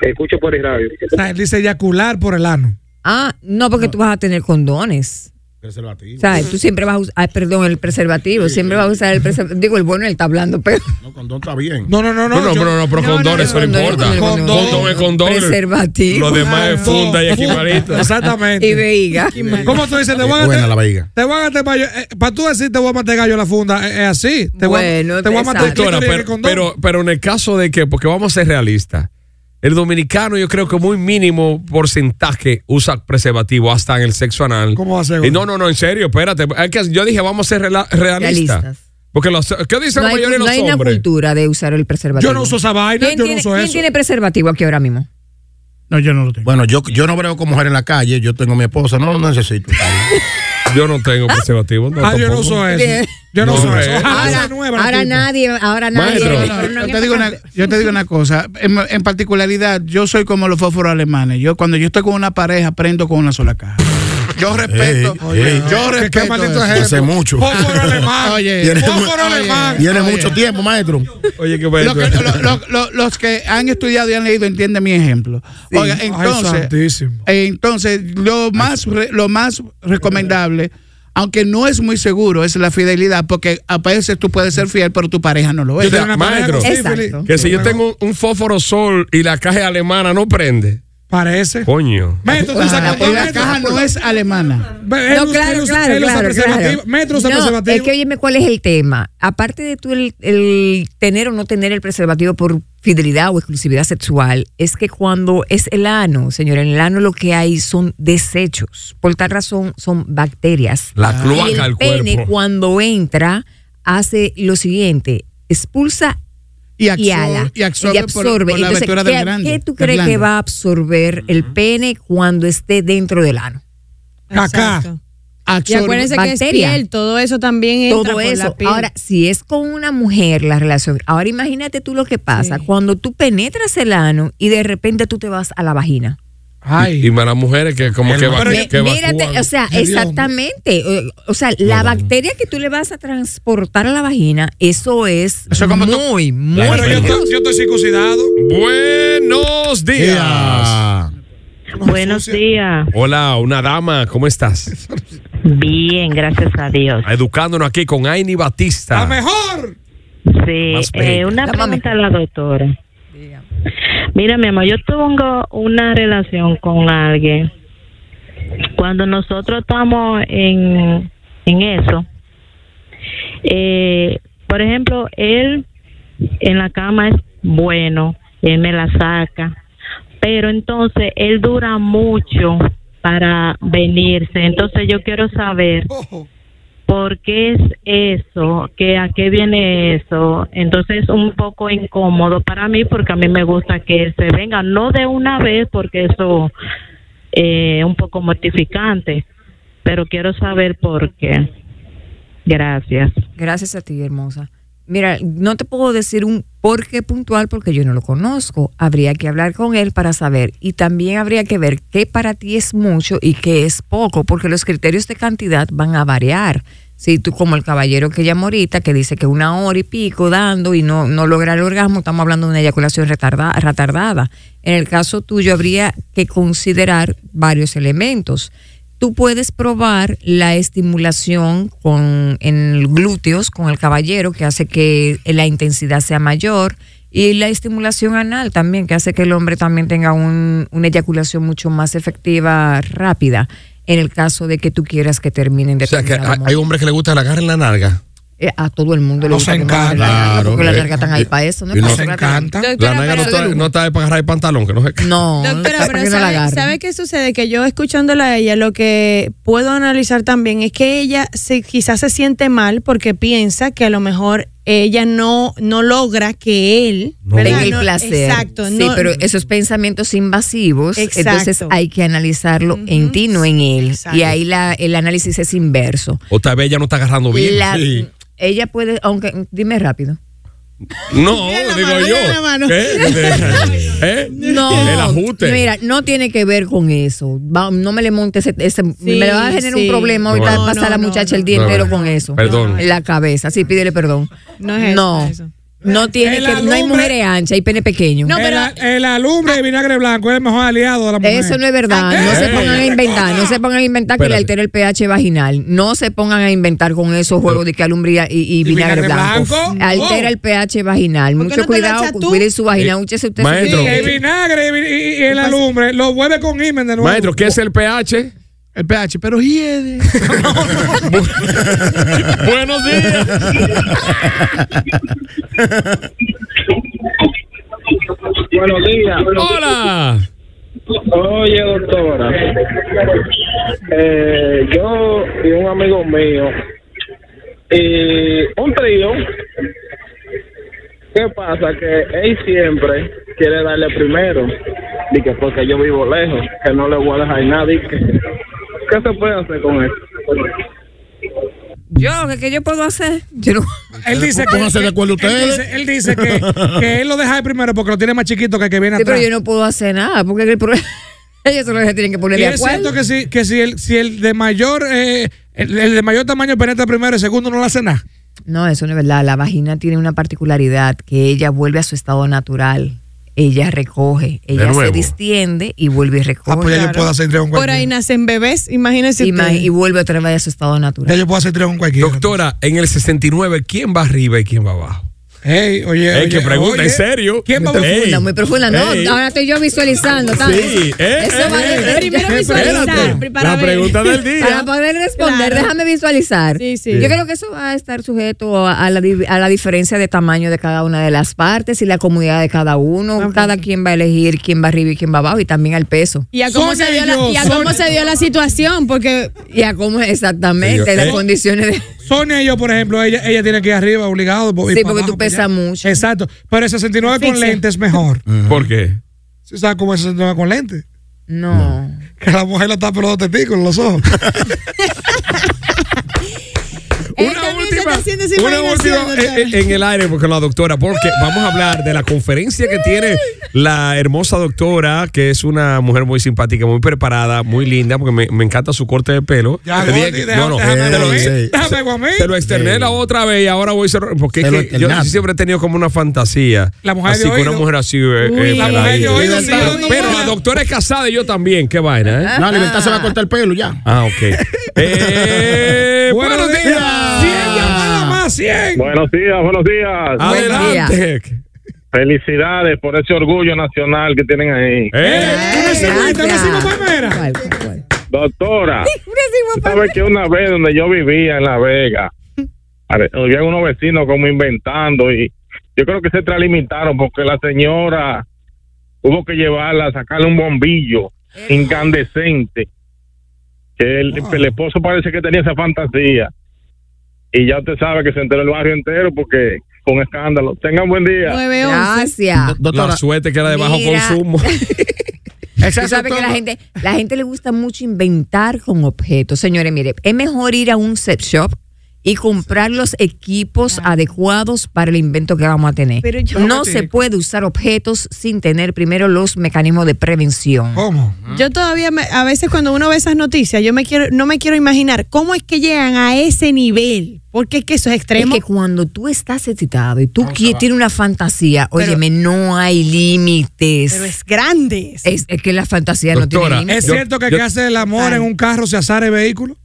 [SPEAKER 6] Escucho por el radio.
[SPEAKER 4] O sea, él dice eyacular por el ano.
[SPEAKER 9] Ah, no, porque tú vas a tener condones. O sea, tú siempre vas a usar, perdón, el preservativo, siempre vas a usar el preservativo. Digo, el bueno, él está hablando, pero...
[SPEAKER 5] Condón está bien.
[SPEAKER 4] No, no, no,
[SPEAKER 2] no. No, no, no, pero condón, eso no importa. Condón es condón.
[SPEAKER 9] Preservativo.
[SPEAKER 2] Lo demás es funda y equivalito.
[SPEAKER 4] Exactamente.
[SPEAKER 9] Y veiga.
[SPEAKER 4] ¿Cómo tú dices? Te voy a
[SPEAKER 5] Buena la
[SPEAKER 4] te-
[SPEAKER 5] veiga.
[SPEAKER 4] te voy a meter gallo. Para tú decir te voy a meter gallo en la funda, eh, es así. Te voy a- te voy a matar
[SPEAKER 2] Doctora, pero, pero, pero en el caso de que, porque vamos a ser realistas, el dominicano yo creo que muy mínimo porcentaje usa preservativo hasta en el sexo anal.
[SPEAKER 4] ¿Cómo va a ser,
[SPEAKER 2] Y no, no, no, en serio, espérate. Es que yo dije, vamos a ser rela- realistas.
[SPEAKER 9] Realistas.
[SPEAKER 2] Porque los, ¿qué dicen la
[SPEAKER 9] No hay,
[SPEAKER 2] mayoría
[SPEAKER 9] no
[SPEAKER 2] de
[SPEAKER 9] hay
[SPEAKER 2] los
[SPEAKER 9] una
[SPEAKER 2] hombres?
[SPEAKER 9] cultura de usar el preservativo.
[SPEAKER 2] Yo no uso
[SPEAKER 4] esa vaina,
[SPEAKER 9] ¿Quién
[SPEAKER 4] yo no
[SPEAKER 9] tiene-
[SPEAKER 5] uso
[SPEAKER 9] ¿Quién
[SPEAKER 5] eso.
[SPEAKER 9] tiene preservativo aquí ahora mismo?
[SPEAKER 7] No, yo no lo tengo.
[SPEAKER 5] Bueno, yo, yo no veo con mujer en la calle. Yo tengo mi esposa. No lo necesito.
[SPEAKER 2] yo no tengo preservativo.
[SPEAKER 5] ah, yo no uso
[SPEAKER 9] Bien.
[SPEAKER 5] Yo
[SPEAKER 7] no uso eso.
[SPEAKER 9] Ahora, ahora nadie, ahora nadie.
[SPEAKER 7] yo, te digo una, yo te digo una cosa, en, en particularidad, yo soy como los fósforos alemanes. Yo cuando yo estoy con una pareja, prendo con una sola caja. Yo respeto, yo respeto. eso.
[SPEAKER 5] Hace mucho.
[SPEAKER 7] Oye,
[SPEAKER 5] Tiene, mu-
[SPEAKER 7] fósforo alemán.
[SPEAKER 5] tiene
[SPEAKER 7] Oye.
[SPEAKER 5] mucho tiempo, maestro.
[SPEAKER 2] Oye, qué
[SPEAKER 7] Lo que- lo- lo- lo- los que han estudiado y han leído entienden mi ejemplo. Oiga,
[SPEAKER 4] Ay,
[SPEAKER 7] entonces,
[SPEAKER 4] santísimo.
[SPEAKER 7] eh, entonces lo más re- lo más recomendable, aunque no es muy seguro, es la fidelidad, porque a veces tú puedes ser fiel, pero tu pareja no lo es.
[SPEAKER 2] Yo tengo una pareja Maestro, con sífilis. que si yo tengo un, un fósforo sol y la caja es alemana no prende.
[SPEAKER 4] Parece.
[SPEAKER 2] Coño.
[SPEAKER 4] Metro, tú sacas-
[SPEAKER 7] Y la
[SPEAKER 4] Metro,
[SPEAKER 7] caja no es alemana.
[SPEAKER 9] No, claro, claro, claro, claro.
[SPEAKER 4] Metro usa
[SPEAKER 9] No,
[SPEAKER 4] preservativo.
[SPEAKER 9] Es que óyeme cuál es el tema. Aparte de tú el, el tener o no tener el preservativo por fidelidad o exclusividad sexual, es que cuando es el ano, señor, en el ano lo que hay son desechos. Por tal razón son bacterias.
[SPEAKER 2] La
[SPEAKER 9] Y
[SPEAKER 2] cloaca
[SPEAKER 9] el
[SPEAKER 2] del
[SPEAKER 9] pene,
[SPEAKER 2] cuerpo.
[SPEAKER 9] cuando entra hace lo siguiente, expulsa
[SPEAKER 7] y,
[SPEAKER 9] absorbe,
[SPEAKER 7] absor- y absorbe por- por la abertura del
[SPEAKER 9] ¿qué,
[SPEAKER 7] grande,
[SPEAKER 9] ¿Qué tú
[SPEAKER 7] del
[SPEAKER 9] crees que
[SPEAKER 7] glande?
[SPEAKER 9] va a absorber el pene cuando esté dentro del ano?
[SPEAKER 3] Exacto. Y acuérdense que es piel, todo eso también entra
[SPEAKER 9] Todo
[SPEAKER 3] por
[SPEAKER 9] eso.
[SPEAKER 3] la piel.
[SPEAKER 9] Ahora, si es con una mujer la relación, ahora imagínate tú lo que pasa cuando tú penetras el ano y de repente tú te vas a la vagina.
[SPEAKER 2] Y, y para las mujeres que como que, va,
[SPEAKER 9] Mi-
[SPEAKER 2] que evacúan.
[SPEAKER 9] mírate, o sea, exactamente. eh, O sea, la bacteria que tú le vas a transportar a la vagina, eso es muy, muy.
[SPEAKER 4] Bueno, yo, estoy- yo estoy circuncidado.
[SPEAKER 2] Buenos días.
[SPEAKER 17] Buenos días.
[SPEAKER 2] Hola, una dama, ¿cómo estás?
[SPEAKER 17] Bien, gracias a Dios.
[SPEAKER 2] Educándonos aquí con Aini Batista.
[SPEAKER 4] mejor!
[SPEAKER 17] Sí,
[SPEAKER 2] Más
[SPEAKER 17] eh,
[SPEAKER 2] bella.
[SPEAKER 17] una pregunta a la doctora. Mira, mi amor, yo tengo una relación con alguien. Cuando nosotros estamos en, en eso, eh, por ejemplo, él en la cama es bueno, él me la saca, pero entonces él dura mucho para venirse. Entonces yo quiero saber por qué es eso, que a qué viene eso. Entonces es un poco incómodo para mí porque a mí me gusta que él se venga, no de una vez porque eso eh, es un poco mortificante, pero quiero saber por qué. Gracias.
[SPEAKER 9] Gracias a ti, hermosa. Mira, no te puedo decir un por qué puntual porque yo no lo conozco. Habría que hablar con él para saber. Y también habría que ver qué para ti es mucho y qué es poco, porque los criterios de cantidad van a variar. Si tú, como el caballero que llamó ahorita, que dice que una hora y pico dando y no, no logra el orgasmo, estamos hablando de una eyaculación retarda- retardada. En el caso tuyo, habría que considerar varios elementos tú puedes probar la estimulación con, en glúteos con el caballero, que hace que la intensidad sea mayor, y la estimulación anal también, que hace que el hombre también tenga un- una eyaculación mucho más efectiva, rápida, en el caso de que tú quieras que terminen de
[SPEAKER 5] O sea, que hay, hay hombres que les gusta la garra en la narga.
[SPEAKER 9] A todo el mundo le
[SPEAKER 5] Nos
[SPEAKER 9] gusta que
[SPEAKER 5] encanta.
[SPEAKER 9] mujer la nalga,
[SPEAKER 5] Claro,
[SPEAKER 9] porque
[SPEAKER 5] eh,
[SPEAKER 9] las largas están ahí para eso, ¿no?
[SPEAKER 5] y
[SPEAKER 9] es
[SPEAKER 5] nos
[SPEAKER 9] para
[SPEAKER 5] encanta.
[SPEAKER 2] La nalga no está, no está ahí para agarrar el pantalón, que no se
[SPEAKER 9] No,
[SPEAKER 2] Doctora,
[SPEAKER 9] para que no la
[SPEAKER 3] ¿Sabe,
[SPEAKER 9] agarren.
[SPEAKER 3] sabe qué sucede? Que yo escuchándola a ella, lo que puedo analizar también es que ella se, quizás se siente mal porque piensa que a lo mejor ella no, no logra que él ¿verdad?
[SPEAKER 9] Tenga el
[SPEAKER 3] No,
[SPEAKER 9] placer.
[SPEAKER 3] Exacto,
[SPEAKER 9] sí,
[SPEAKER 3] no-
[SPEAKER 9] pero esos pensamientos invasivos,
[SPEAKER 3] Exacto.
[SPEAKER 9] entonces hay que analizarlo en ti, no en él. Y ahí la, el análisis es inverso.
[SPEAKER 2] O tal vez ella no está agarrando Oh, bien.
[SPEAKER 9] La-
[SPEAKER 2] Sí.
[SPEAKER 9] Ella puede, aunque, dime rápido.
[SPEAKER 2] No, digo yo. ¿Eh? ¿Eh?
[SPEAKER 9] No,
[SPEAKER 2] El ajuste.
[SPEAKER 9] mira, no tiene que ver con eso. Va- no me le monte ese, ese- me le va a generar
[SPEAKER 3] sí.
[SPEAKER 9] un problema. Ahorita
[SPEAKER 3] No,
[SPEAKER 9] pasa
[SPEAKER 3] no,
[SPEAKER 9] la muchacha el día
[SPEAKER 2] no.
[SPEAKER 9] entero
[SPEAKER 2] No,
[SPEAKER 9] con eso.
[SPEAKER 2] Perdón.
[SPEAKER 9] En la cabeza, sí, pídele perdón. No
[SPEAKER 3] es eso,
[SPEAKER 9] no,
[SPEAKER 3] no
[SPEAKER 9] tiene
[SPEAKER 4] El
[SPEAKER 9] que, no hay
[SPEAKER 4] alumbre-
[SPEAKER 9] mujeres anchas, hay pene pequeño.
[SPEAKER 4] el, el alumbre de vinagre blanco es el mejor aliado de la mujer.
[SPEAKER 9] Eso no es verdad. No se pongan a inventar. No se pongan a inventar que le
[SPEAKER 4] Espérate.
[SPEAKER 9] altere el pH vaginal. No se pongan a inventar con esos juegos de que alumbría y, y vinagre,
[SPEAKER 4] vinagre
[SPEAKER 9] blanco.
[SPEAKER 4] blanco?
[SPEAKER 9] Altera
[SPEAKER 4] Oh.
[SPEAKER 9] el pH vaginal. Mucho
[SPEAKER 4] no te la
[SPEAKER 9] cuidado.
[SPEAKER 4] echas tú?
[SPEAKER 9] Cuide su vagina.
[SPEAKER 2] Eh,
[SPEAKER 9] úchese usted
[SPEAKER 2] maestro.
[SPEAKER 9] su
[SPEAKER 4] El vinagre y, y- y el alumbre lo vuelve con imen de nuevo.
[SPEAKER 2] Maestro, ¿qué es el pH?
[SPEAKER 18] El pH, pero hiede.
[SPEAKER 2] Buenos días.
[SPEAKER 6] Buenos días.
[SPEAKER 2] Hola.
[SPEAKER 6] Oye, doctora. Eh, yo y un amigo mío, eh, un trío, ¿qué pasa? Que él siempre quiere darle primero. Dice que porque yo vivo lejos, que no le voy a dejar nada. y que- ¿Qué se puede hacer con eso?
[SPEAKER 9] Yo, ¿qué, qué yo puedo hacer? Yo no-
[SPEAKER 4] Él dice que,
[SPEAKER 9] Pónganse de acuerdo
[SPEAKER 4] él
[SPEAKER 9] ustedes.
[SPEAKER 4] dice- Él dice, que, que él lo deja de primero porque lo tiene más chiquito que el que viene
[SPEAKER 9] Sí,
[SPEAKER 4] atrás.
[SPEAKER 9] pero yo no puedo hacer nada porque el problema- ellos son los que tienen que poner
[SPEAKER 4] Y
[SPEAKER 9] de
[SPEAKER 4] es
[SPEAKER 9] acuerdo.
[SPEAKER 4] cierto que si, que si el, si el de mayor eh, el, el de mayor tamaño penetra primero, el segundo no lo hace nada.
[SPEAKER 9] No, eso no es verdad. La vagina tiene una particularidad que ella vuelve a su estado natural. Ella recoge, ella se
[SPEAKER 3] nuevo.
[SPEAKER 9] distiende y vuelve y recoge.
[SPEAKER 5] Ah,
[SPEAKER 3] pues ya yo Claro. puedo hacer
[SPEAKER 4] trío
[SPEAKER 3] Por ahí nacen bebés, imagínense
[SPEAKER 9] Y, ma-
[SPEAKER 3] ustedes.
[SPEAKER 9] y vuelve otra vez a su estado natural.
[SPEAKER 4] yo puedo hacer trío con cualquiera.
[SPEAKER 2] Doctora, en el 69, ¿quién va arriba y quién va abajo?
[SPEAKER 4] Hey, oye,
[SPEAKER 2] Ey, que
[SPEAKER 9] oye,
[SPEAKER 2] pregunta,
[SPEAKER 9] oye.
[SPEAKER 2] ¿en serio?
[SPEAKER 9] Muy profunda, muy profunda. No,
[SPEAKER 2] Ey.
[SPEAKER 9] ahora estoy yo visualizando. está
[SPEAKER 2] Sí,
[SPEAKER 9] bien.
[SPEAKER 2] eh,
[SPEAKER 9] Eso
[SPEAKER 2] eh,
[SPEAKER 9] vale.
[SPEAKER 2] eh,
[SPEAKER 9] primero
[SPEAKER 2] espérate.
[SPEAKER 9] visualizar. para
[SPEAKER 2] La
[SPEAKER 9] ver.
[SPEAKER 2] pregunta del día.
[SPEAKER 9] Para poder responder,
[SPEAKER 3] Claro.
[SPEAKER 9] déjame visualizar.
[SPEAKER 3] sí.
[SPEAKER 9] Yo creo que eso va a estar sujeto a, a la, di- a la diferencia de tamaño de cada una de las partes y la comodidad de cada uno. Cada quien va a elegir quién va arriba y quién va abajo y también al peso.
[SPEAKER 3] Y a cómo, se dio, la, y a cómo se dio la situación, porque...
[SPEAKER 9] Y a cómo exactamente,
[SPEAKER 4] Sí, yo-
[SPEAKER 9] las
[SPEAKER 4] eh.
[SPEAKER 9] condiciones de...
[SPEAKER 4] Sonia y yo, por ejemplo, ella, ella tiene que ir arriba obligado.
[SPEAKER 9] Sí, porque tú pesas
[SPEAKER 4] mucho. Exacto. Pero el 69 con
[SPEAKER 9] Asfixia.
[SPEAKER 4] lentes es mejor.
[SPEAKER 2] ¿Por qué?
[SPEAKER 4] ¿Sí ¿Sabes cómo es el 69 con lentes?
[SPEAKER 9] No.
[SPEAKER 4] Que la mujer lo tapa los dos testículos, los ojos.
[SPEAKER 2] Una última, una última
[SPEAKER 3] doctora.
[SPEAKER 2] eh, eh, en el aire porque la doctora, porque
[SPEAKER 9] ¡Ah!
[SPEAKER 2] vamos a hablar de la conferencia que tiene la hermosa doctora, que es una mujer muy simpática, muy preparada, muy linda, porque me, me encanta su corte de pelo.
[SPEAKER 4] Ya,
[SPEAKER 2] Te dije
[SPEAKER 4] Gordy,
[SPEAKER 2] que-
[SPEAKER 4] deja- déjame
[SPEAKER 2] te lo-
[SPEAKER 4] dormir,
[SPEAKER 2] se-
[SPEAKER 4] déjame dormir.
[SPEAKER 2] Te lo externé
[SPEAKER 4] Sí.
[SPEAKER 2] la otra vez y ahora voy a cerrar, porque es
[SPEAKER 4] Te lo
[SPEAKER 2] que yo
[SPEAKER 4] externaste.
[SPEAKER 2] siempre he tenido como una fantasía.
[SPEAKER 4] La mujer
[SPEAKER 2] así
[SPEAKER 4] de
[SPEAKER 2] que una
[SPEAKER 4] oído.
[SPEAKER 2] mujer así. eh,
[SPEAKER 4] Uy.
[SPEAKER 2] eh,
[SPEAKER 4] La
[SPEAKER 2] peladita.
[SPEAKER 4] mujer de oído, sí,
[SPEAKER 2] Pero-
[SPEAKER 4] no,
[SPEAKER 2] Pero
[SPEAKER 4] no.
[SPEAKER 2] la doctora es casada y yo también, qué vaina, ¿eh?
[SPEAKER 5] No, Libertad se va a cortar el pelo ya.
[SPEAKER 2] Ah, ok. Eh, buenos días.
[SPEAKER 19] Buenos días, buenos días.
[SPEAKER 2] Adelante.
[SPEAKER 19] Felicidades por ese orgullo nacional que tienen
[SPEAKER 2] Eh,
[SPEAKER 19] ahí.
[SPEAKER 4] Eh,
[SPEAKER 19] Doctora, tú sabes que una vez donde yo vivía en La Vega, a ver, había unos vecinos como inventando y yo creo que se tralimitaron porque la señora hubo que llevarla a sacarle un bombillo incandescente que el,
[SPEAKER 9] Ah.
[SPEAKER 19] el esposo parece que tenía esa fantasía. Y ya usted sabe que se enteró el barrio entero porque con escándalo. Tengan buen día.
[SPEAKER 9] Gracias.
[SPEAKER 2] la suerte que era de bajo
[SPEAKER 9] Mira.
[SPEAKER 2] consumo.
[SPEAKER 9] Tú sabes que la gente, la gente le gusta mucho inventar con objetos. Señores, mire, es mejor ir a un set shop y comprar los equipos adecuados para el invento que vamos a tener.
[SPEAKER 20] Pero yo-
[SPEAKER 9] no se puede usar objetos sin tener primero los mecanismos de prevención.
[SPEAKER 4] ¿Cómo?
[SPEAKER 3] Yo todavía, me- a veces cuando uno ve esas noticias, yo me quiero, no me quiero imaginar cómo es que llegan a ese nivel, porque es que eso es extremo.
[SPEAKER 9] Es que cuando tú estás excitado y tú qui- tienes una fantasía,
[SPEAKER 3] Pero-
[SPEAKER 9] óyeme, no hay límites.
[SPEAKER 3] Pero es grande.
[SPEAKER 9] Es, es que la fantasía no tiene
[SPEAKER 4] ¿es
[SPEAKER 9] límites.
[SPEAKER 4] cierto que el que hace el amor en un carro se azara el vehículo?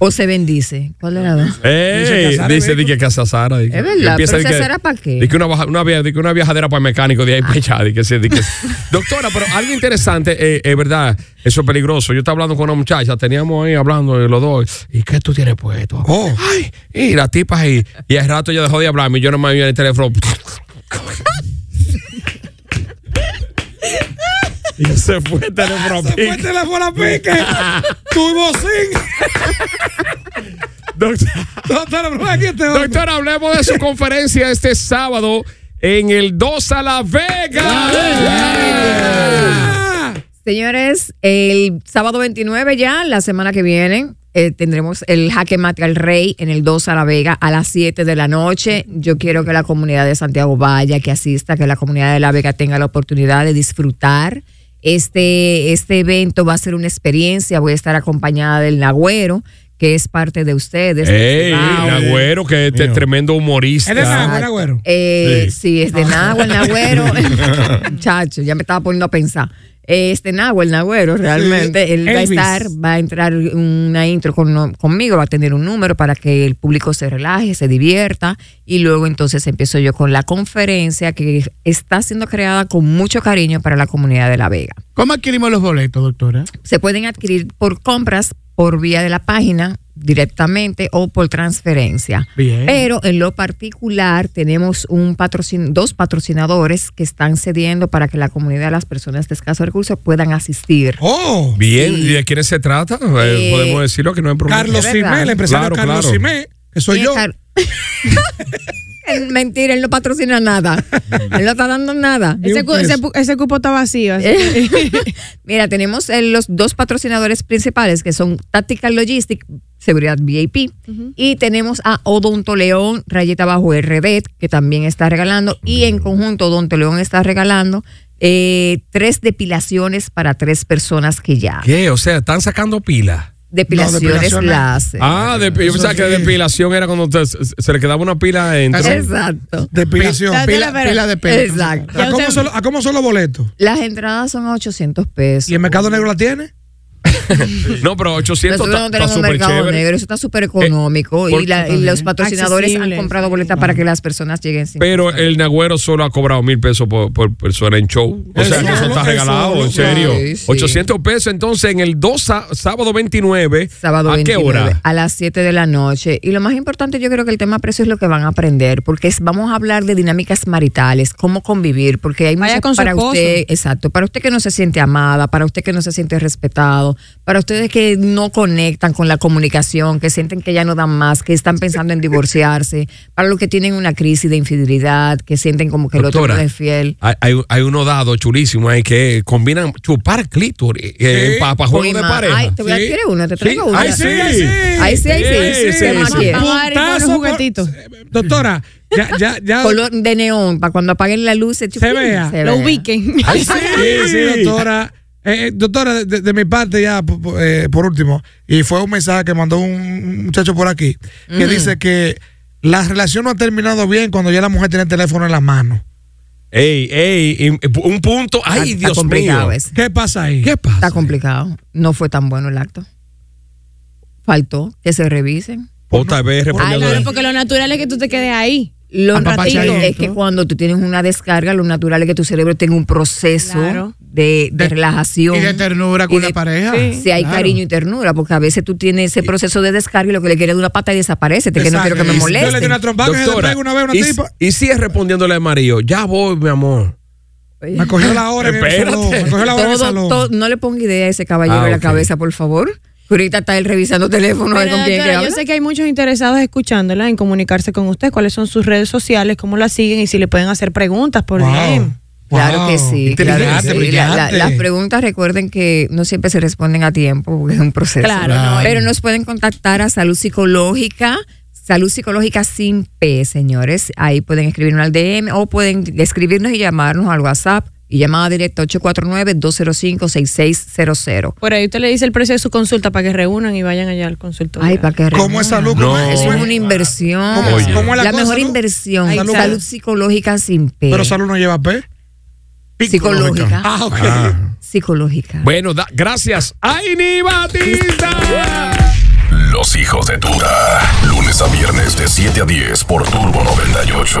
[SPEAKER 9] O se bendice. ¿Cuál era la
[SPEAKER 2] Ey,
[SPEAKER 4] Dice que
[SPEAKER 2] dice di que Casa Sara. di que-
[SPEAKER 9] Es verdad,
[SPEAKER 2] empieza
[SPEAKER 9] pero
[SPEAKER 2] di que-
[SPEAKER 9] Sara, ¿pa' qué?
[SPEAKER 2] di que una, baja- una via- di que una viajadera para el mecánico de ahí para allá, di que sí, di que sí. Doctora, pero algo interesante, eh, es verdad, eso es peligroso. Yo estaba hablando con una muchacha, teníamos ahí hablando eh, los dos. ¿Y qué tú tienes puesto?
[SPEAKER 4] Oh.
[SPEAKER 2] Ay, y la tipa ahí. Y al rato ella dejó de hablarme y yo no me vi en el teléfono. y se fue el teléfono.
[SPEAKER 4] Se fue el teléfono a pique. Tuvo sin.
[SPEAKER 2] Doctora,
[SPEAKER 4] hombre.
[SPEAKER 2] hablemos de su conferencia este sábado en el 2 a La Vega.
[SPEAKER 9] Señores, el sábado 29 ya, la semana que viene, eh, tendremos el Jaque Mate al Rey en el 2 a La Vega a las 7 de la noche. Yo quiero que la comunidad de Santiago vaya, que asista, que la comunidad de La Vega tenga la oportunidad de disfrutar. Este, este evento va a ser una experiencia. Voy a estar acompañada del Nagüero, que es parte de ustedes.
[SPEAKER 2] Ey,
[SPEAKER 9] Wow.
[SPEAKER 2] Nagüero, que este tremendo humorista.
[SPEAKER 9] Eh,
[SPEAKER 2] Sí.
[SPEAKER 9] sí. es de Nahuel, Nagüero. Muchacho, ya me estaba poniendo a pensar. Eh, Este Nahuel, Nagüero, realmente.
[SPEAKER 20] Sí.
[SPEAKER 9] Él va a
[SPEAKER 20] Elvis.
[SPEAKER 9] estar, va a entrar una intro con- conmigo, va a tener un número para que el público se relaje, se divierta. Y luego entonces empiezo yo con la conferencia que está siendo creada con mucho cariño para la comunidad de La Vega.
[SPEAKER 7] ¿Cómo adquirimos los boletos, doctora?
[SPEAKER 9] Se pueden adquirir por compras, por vía de la página directamente o por transferencia.
[SPEAKER 7] Bien.
[SPEAKER 9] Pero en lo particular tenemos un patrocin dos patrocinadores que están cediendo para que la comunidad, las personas de escasos recursos puedan asistir.
[SPEAKER 4] ¡Oh!
[SPEAKER 2] Bien, ¿y de quién se trata? Eh,
[SPEAKER 9] Eh,
[SPEAKER 2] podemos decirlo que no hay problema.
[SPEAKER 9] Carlos Es verdad. Simé, el empresario Carlos Simé,
[SPEAKER 4] que
[SPEAKER 9] Mentira, él no patrocina nada. él no está dando nada.
[SPEAKER 3] Ese, cu- ese pu- ese cupo está vacío. así.
[SPEAKER 9] Mira, tenemos eh, los dos patrocinadores principales que son Tactical Logistics, Seguridad VIP, y tenemos a Odonto León, rayeta bajo RD, que también está regalando, y en conjunto Odonto León está regalando eh, tres depilaciones para tres personas que ya.
[SPEAKER 2] ¿Qué? O sea, están sacando pila.
[SPEAKER 9] Depilaciones,
[SPEAKER 2] depilaciones.
[SPEAKER 9] láser.
[SPEAKER 2] Ah, de, yo pensaba que depilación era cuando te- se, se le quedaba una pila en
[SPEAKER 9] Exacto.
[SPEAKER 4] Depilación.
[SPEAKER 9] Pila- pila- pila de pelo. Exacto.
[SPEAKER 4] ¿A cómo, son, los- ¿A cómo son los boletos?
[SPEAKER 9] Las entradas son a 800 pesos.
[SPEAKER 4] ¿Y el Mercado Negro la tiene?
[SPEAKER 2] No, pero 800 está
[SPEAKER 9] Nosotros no
[SPEAKER 2] está
[SPEAKER 9] tenemos
[SPEAKER 2] súper
[SPEAKER 9] mercado
[SPEAKER 2] chévere.
[SPEAKER 9] negro, eso
[SPEAKER 4] Eh,
[SPEAKER 9] está súper económico.
[SPEAKER 2] ¿por
[SPEAKER 9] y, la-
[SPEAKER 2] qué?
[SPEAKER 9] y los patrocinadores
[SPEAKER 3] Accesible,
[SPEAKER 9] han comprado boletas para que las personas lleguen sin.
[SPEAKER 2] Pero el Nagüero solo ha cobrado mil pesos por, por persona en show. O sea, no
[SPEAKER 9] Exacto.
[SPEAKER 2] eso está regalado, en
[SPEAKER 9] Eso,
[SPEAKER 2] serio.
[SPEAKER 9] sí, sí.
[SPEAKER 2] 800 pesos entonces en el 2 sa- sábado 29.
[SPEAKER 9] sábado
[SPEAKER 2] ¿A
[SPEAKER 9] 29,
[SPEAKER 2] qué hora?
[SPEAKER 9] A las 7 de la noche. Y lo más importante, yo creo que el tema precio es lo que van a aprender, porque es- vamos a hablar de dinámicas maritales, cómo convivir, porque hay
[SPEAKER 3] Vaya
[SPEAKER 9] muchas
[SPEAKER 3] con su
[SPEAKER 9] para
[SPEAKER 3] esposo.
[SPEAKER 9] usted, exacto, para usted que no se siente amada, para usted que no se siente respetado, para ustedes que no conectan con la comunicación, que sienten que ya no dan más, que están pensando en divorciarse, para los que tienen una crisis de infidelidad, que sienten como que el otro
[SPEAKER 2] Doctora,
[SPEAKER 9] no es fiel.
[SPEAKER 2] Hay, hay, hay uno dado chulísimo ahí que combinan chupar clítoris eh, para juego de
[SPEAKER 9] Prima,
[SPEAKER 2] pareja.
[SPEAKER 9] Ay, te voy a
[SPEAKER 2] Sí.
[SPEAKER 9] adquirir una, te
[SPEAKER 2] Sí.
[SPEAKER 9] traigo una.
[SPEAKER 2] Ay, sí, ay, sí.
[SPEAKER 9] Ahí sí, ahí sí.
[SPEAKER 2] Sí, sí,
[SPEAKER 9] Te la
[SPEAKER 2] sí.
[SPEAKER 9] quiero.
[SPEAKER 4] Puntazo por- Doctora, ya, ya,
[SPEAKER 5] Ah.
[SPEAKER 4] ya.
[SPEAKER 9] Color de neón, para cuando apaguen la luz, se,
[SPEAKER 4] Se vea.
[SPEAKER 9] se vea.
[SPEAKER 3] ubiquen.
[SPEAKER 4] Ay, sí, sí, doctora. Eh, eh, doctora, de, de mi parte ya, po- po- eh, por último, y fue un mensaje que mandó un muchacho por aquí, que
[SPEAKER 2] Ujú.
[SPEAKER 4] dice que la relación no ha terminado bien cuando ya la mujer tiene el teléfono en las manos.
[SPEAKER 2] Ey, ey, y- un punto. Ay,
[SPEAKER 9] Ah, Está
[SPEAKER 2] Dios
[SPEAKER 9] complicado
[SPEAKER 2] mío.
[SPEAKER 9] ese.
[SPEAKER 4] ¿Qué pasa ahí? ¿Qué pasa?
[SPEAKER 9] Está complicado. No fue tan bueno el acto. Faltó que se revisen.
[SPEAKER 2] Otra vez
[SPEAKER 3] Ay,
[SPEAKER 2] respondiendo.
[SPEAKER 3] claro, porque lo natural es que tú te quedes ahí.
[SPEAKER 9] Lo
[SPEAKER 3] Un ratito.
[SPEAKER 9] natural es que cuando tú tienes una descarga, lo natural es que tu cerebro tenga un proceso
[SPEAKER 7] Claro.
[SPEAKER 9] de, de relajación.
[SPEAKER 7] y de ternura con
[SPEAKER 9] y
[SPEAKER 7] la pareja.
[SPEAKER 9] Sí, si hay
[SPEAKER 7] Claro.
[SPEAKER 9] cariño y ternura, porque a veces tú tienes ese proceso de descarga y lo que le quieres de una pata y desaparece, te que no
[SPEAKER 2] Exacto.
[SPEAKER 9] quiero que me
[SPEAKER 2] Y si yo le
[SPEAKER 9] moleste.
[SPEAKER 2] doy una trompa- Doctora,
[SPEAKER 4] Doctora, una vez una
[SPEAKER 2] y,
[SPEAKER 4] tipa.
[SPEAKER 2] y si es respondiéndole a Mario, ya voy, mi amor.
[SPEAKER 4] Me cogió la hora en el
[SPEAKER 2] Espérate.
[SPEAKER 4] salón. Me cogió la hora en el
[SPEAKER 9] Todo-
[SPEAKER 4] salón.
[SPEAKER 9] todo- no le ponga idea a ese caballero
[SPEAKER 2] Ah,
[SPEAKER 9] en la
[SPEAKER 2] ok.
[SPEAKER 9] cabeza, por favor. Ahorita está él revisando teléfono a ver
[SPEAKER 21] Pero,
[SPEAKER 9] con quién que
[SPEAKER 21] doctora,
[SPEAKER 9] habla.
[SPEAKER 21] yo sé que hay muchos interesados escuchándola en comunicarse con usted. ¿Cuáles son sus redes sociales? ¿Cómo la siguen? Y si le pueden hacer preguntas por DM.
[SPEAKER 9] Claro que sí.
[SPEAKER 21] Inteligente,
[SPEAKER 9] claro que sí. La- la-
[SPEAKER 21] brillante.
[SPEAKER 9] las preguntas recuerden que no siempre se responden a tiempo, porque es un proceso.
[SPEAKER 21] Claro, no,
[SPEAKER 9] Pero nos pueden contactar a Salud Psicológica, Salud Psicológica sin P, señores. Ahí pueden escribirnos al DM o pueden escribirnos y llamarnos al WhatsApp y llamada directa 849-205-6600.
[SPEAKER 21] Por ahí usted le dice el precio de su consulta para que reúnan y vayan allá al consultorio.
[SPEAKER 9] Ay, para que ¿Cómo es salud?
[SPEAKER 21] No.
[SPEAKER 9] Eso es una inversión.
[SPEAKER 21] ¿Cómo- Oye. cómo es la
[SPEAKER 9] la
[SPEAKER 21] cosa,
[SPEAKER 9] mejor
[SPEAKER 21] salud?
[SPEAKER 9] inversión.
[SPEAKER 21] Ay,
[SPEAKER 9] salud,
[SPEAKER 21] salud.
[SPEAKER 9] psicológica sin P.
[SPEAKER 4] Pero salud no lleva P.
[SPEAKER 9] Psicológica.
[SPEAKER 10] Ah, ok.
[SPEAKER 9] Psicológica.
[SPEAKER 10] Bueno, da- gracias. Aini Batista.
[SPEAKER 1] Los hijos de Tuta. Lunes a viernes de 7 a 10 por Turbo 98.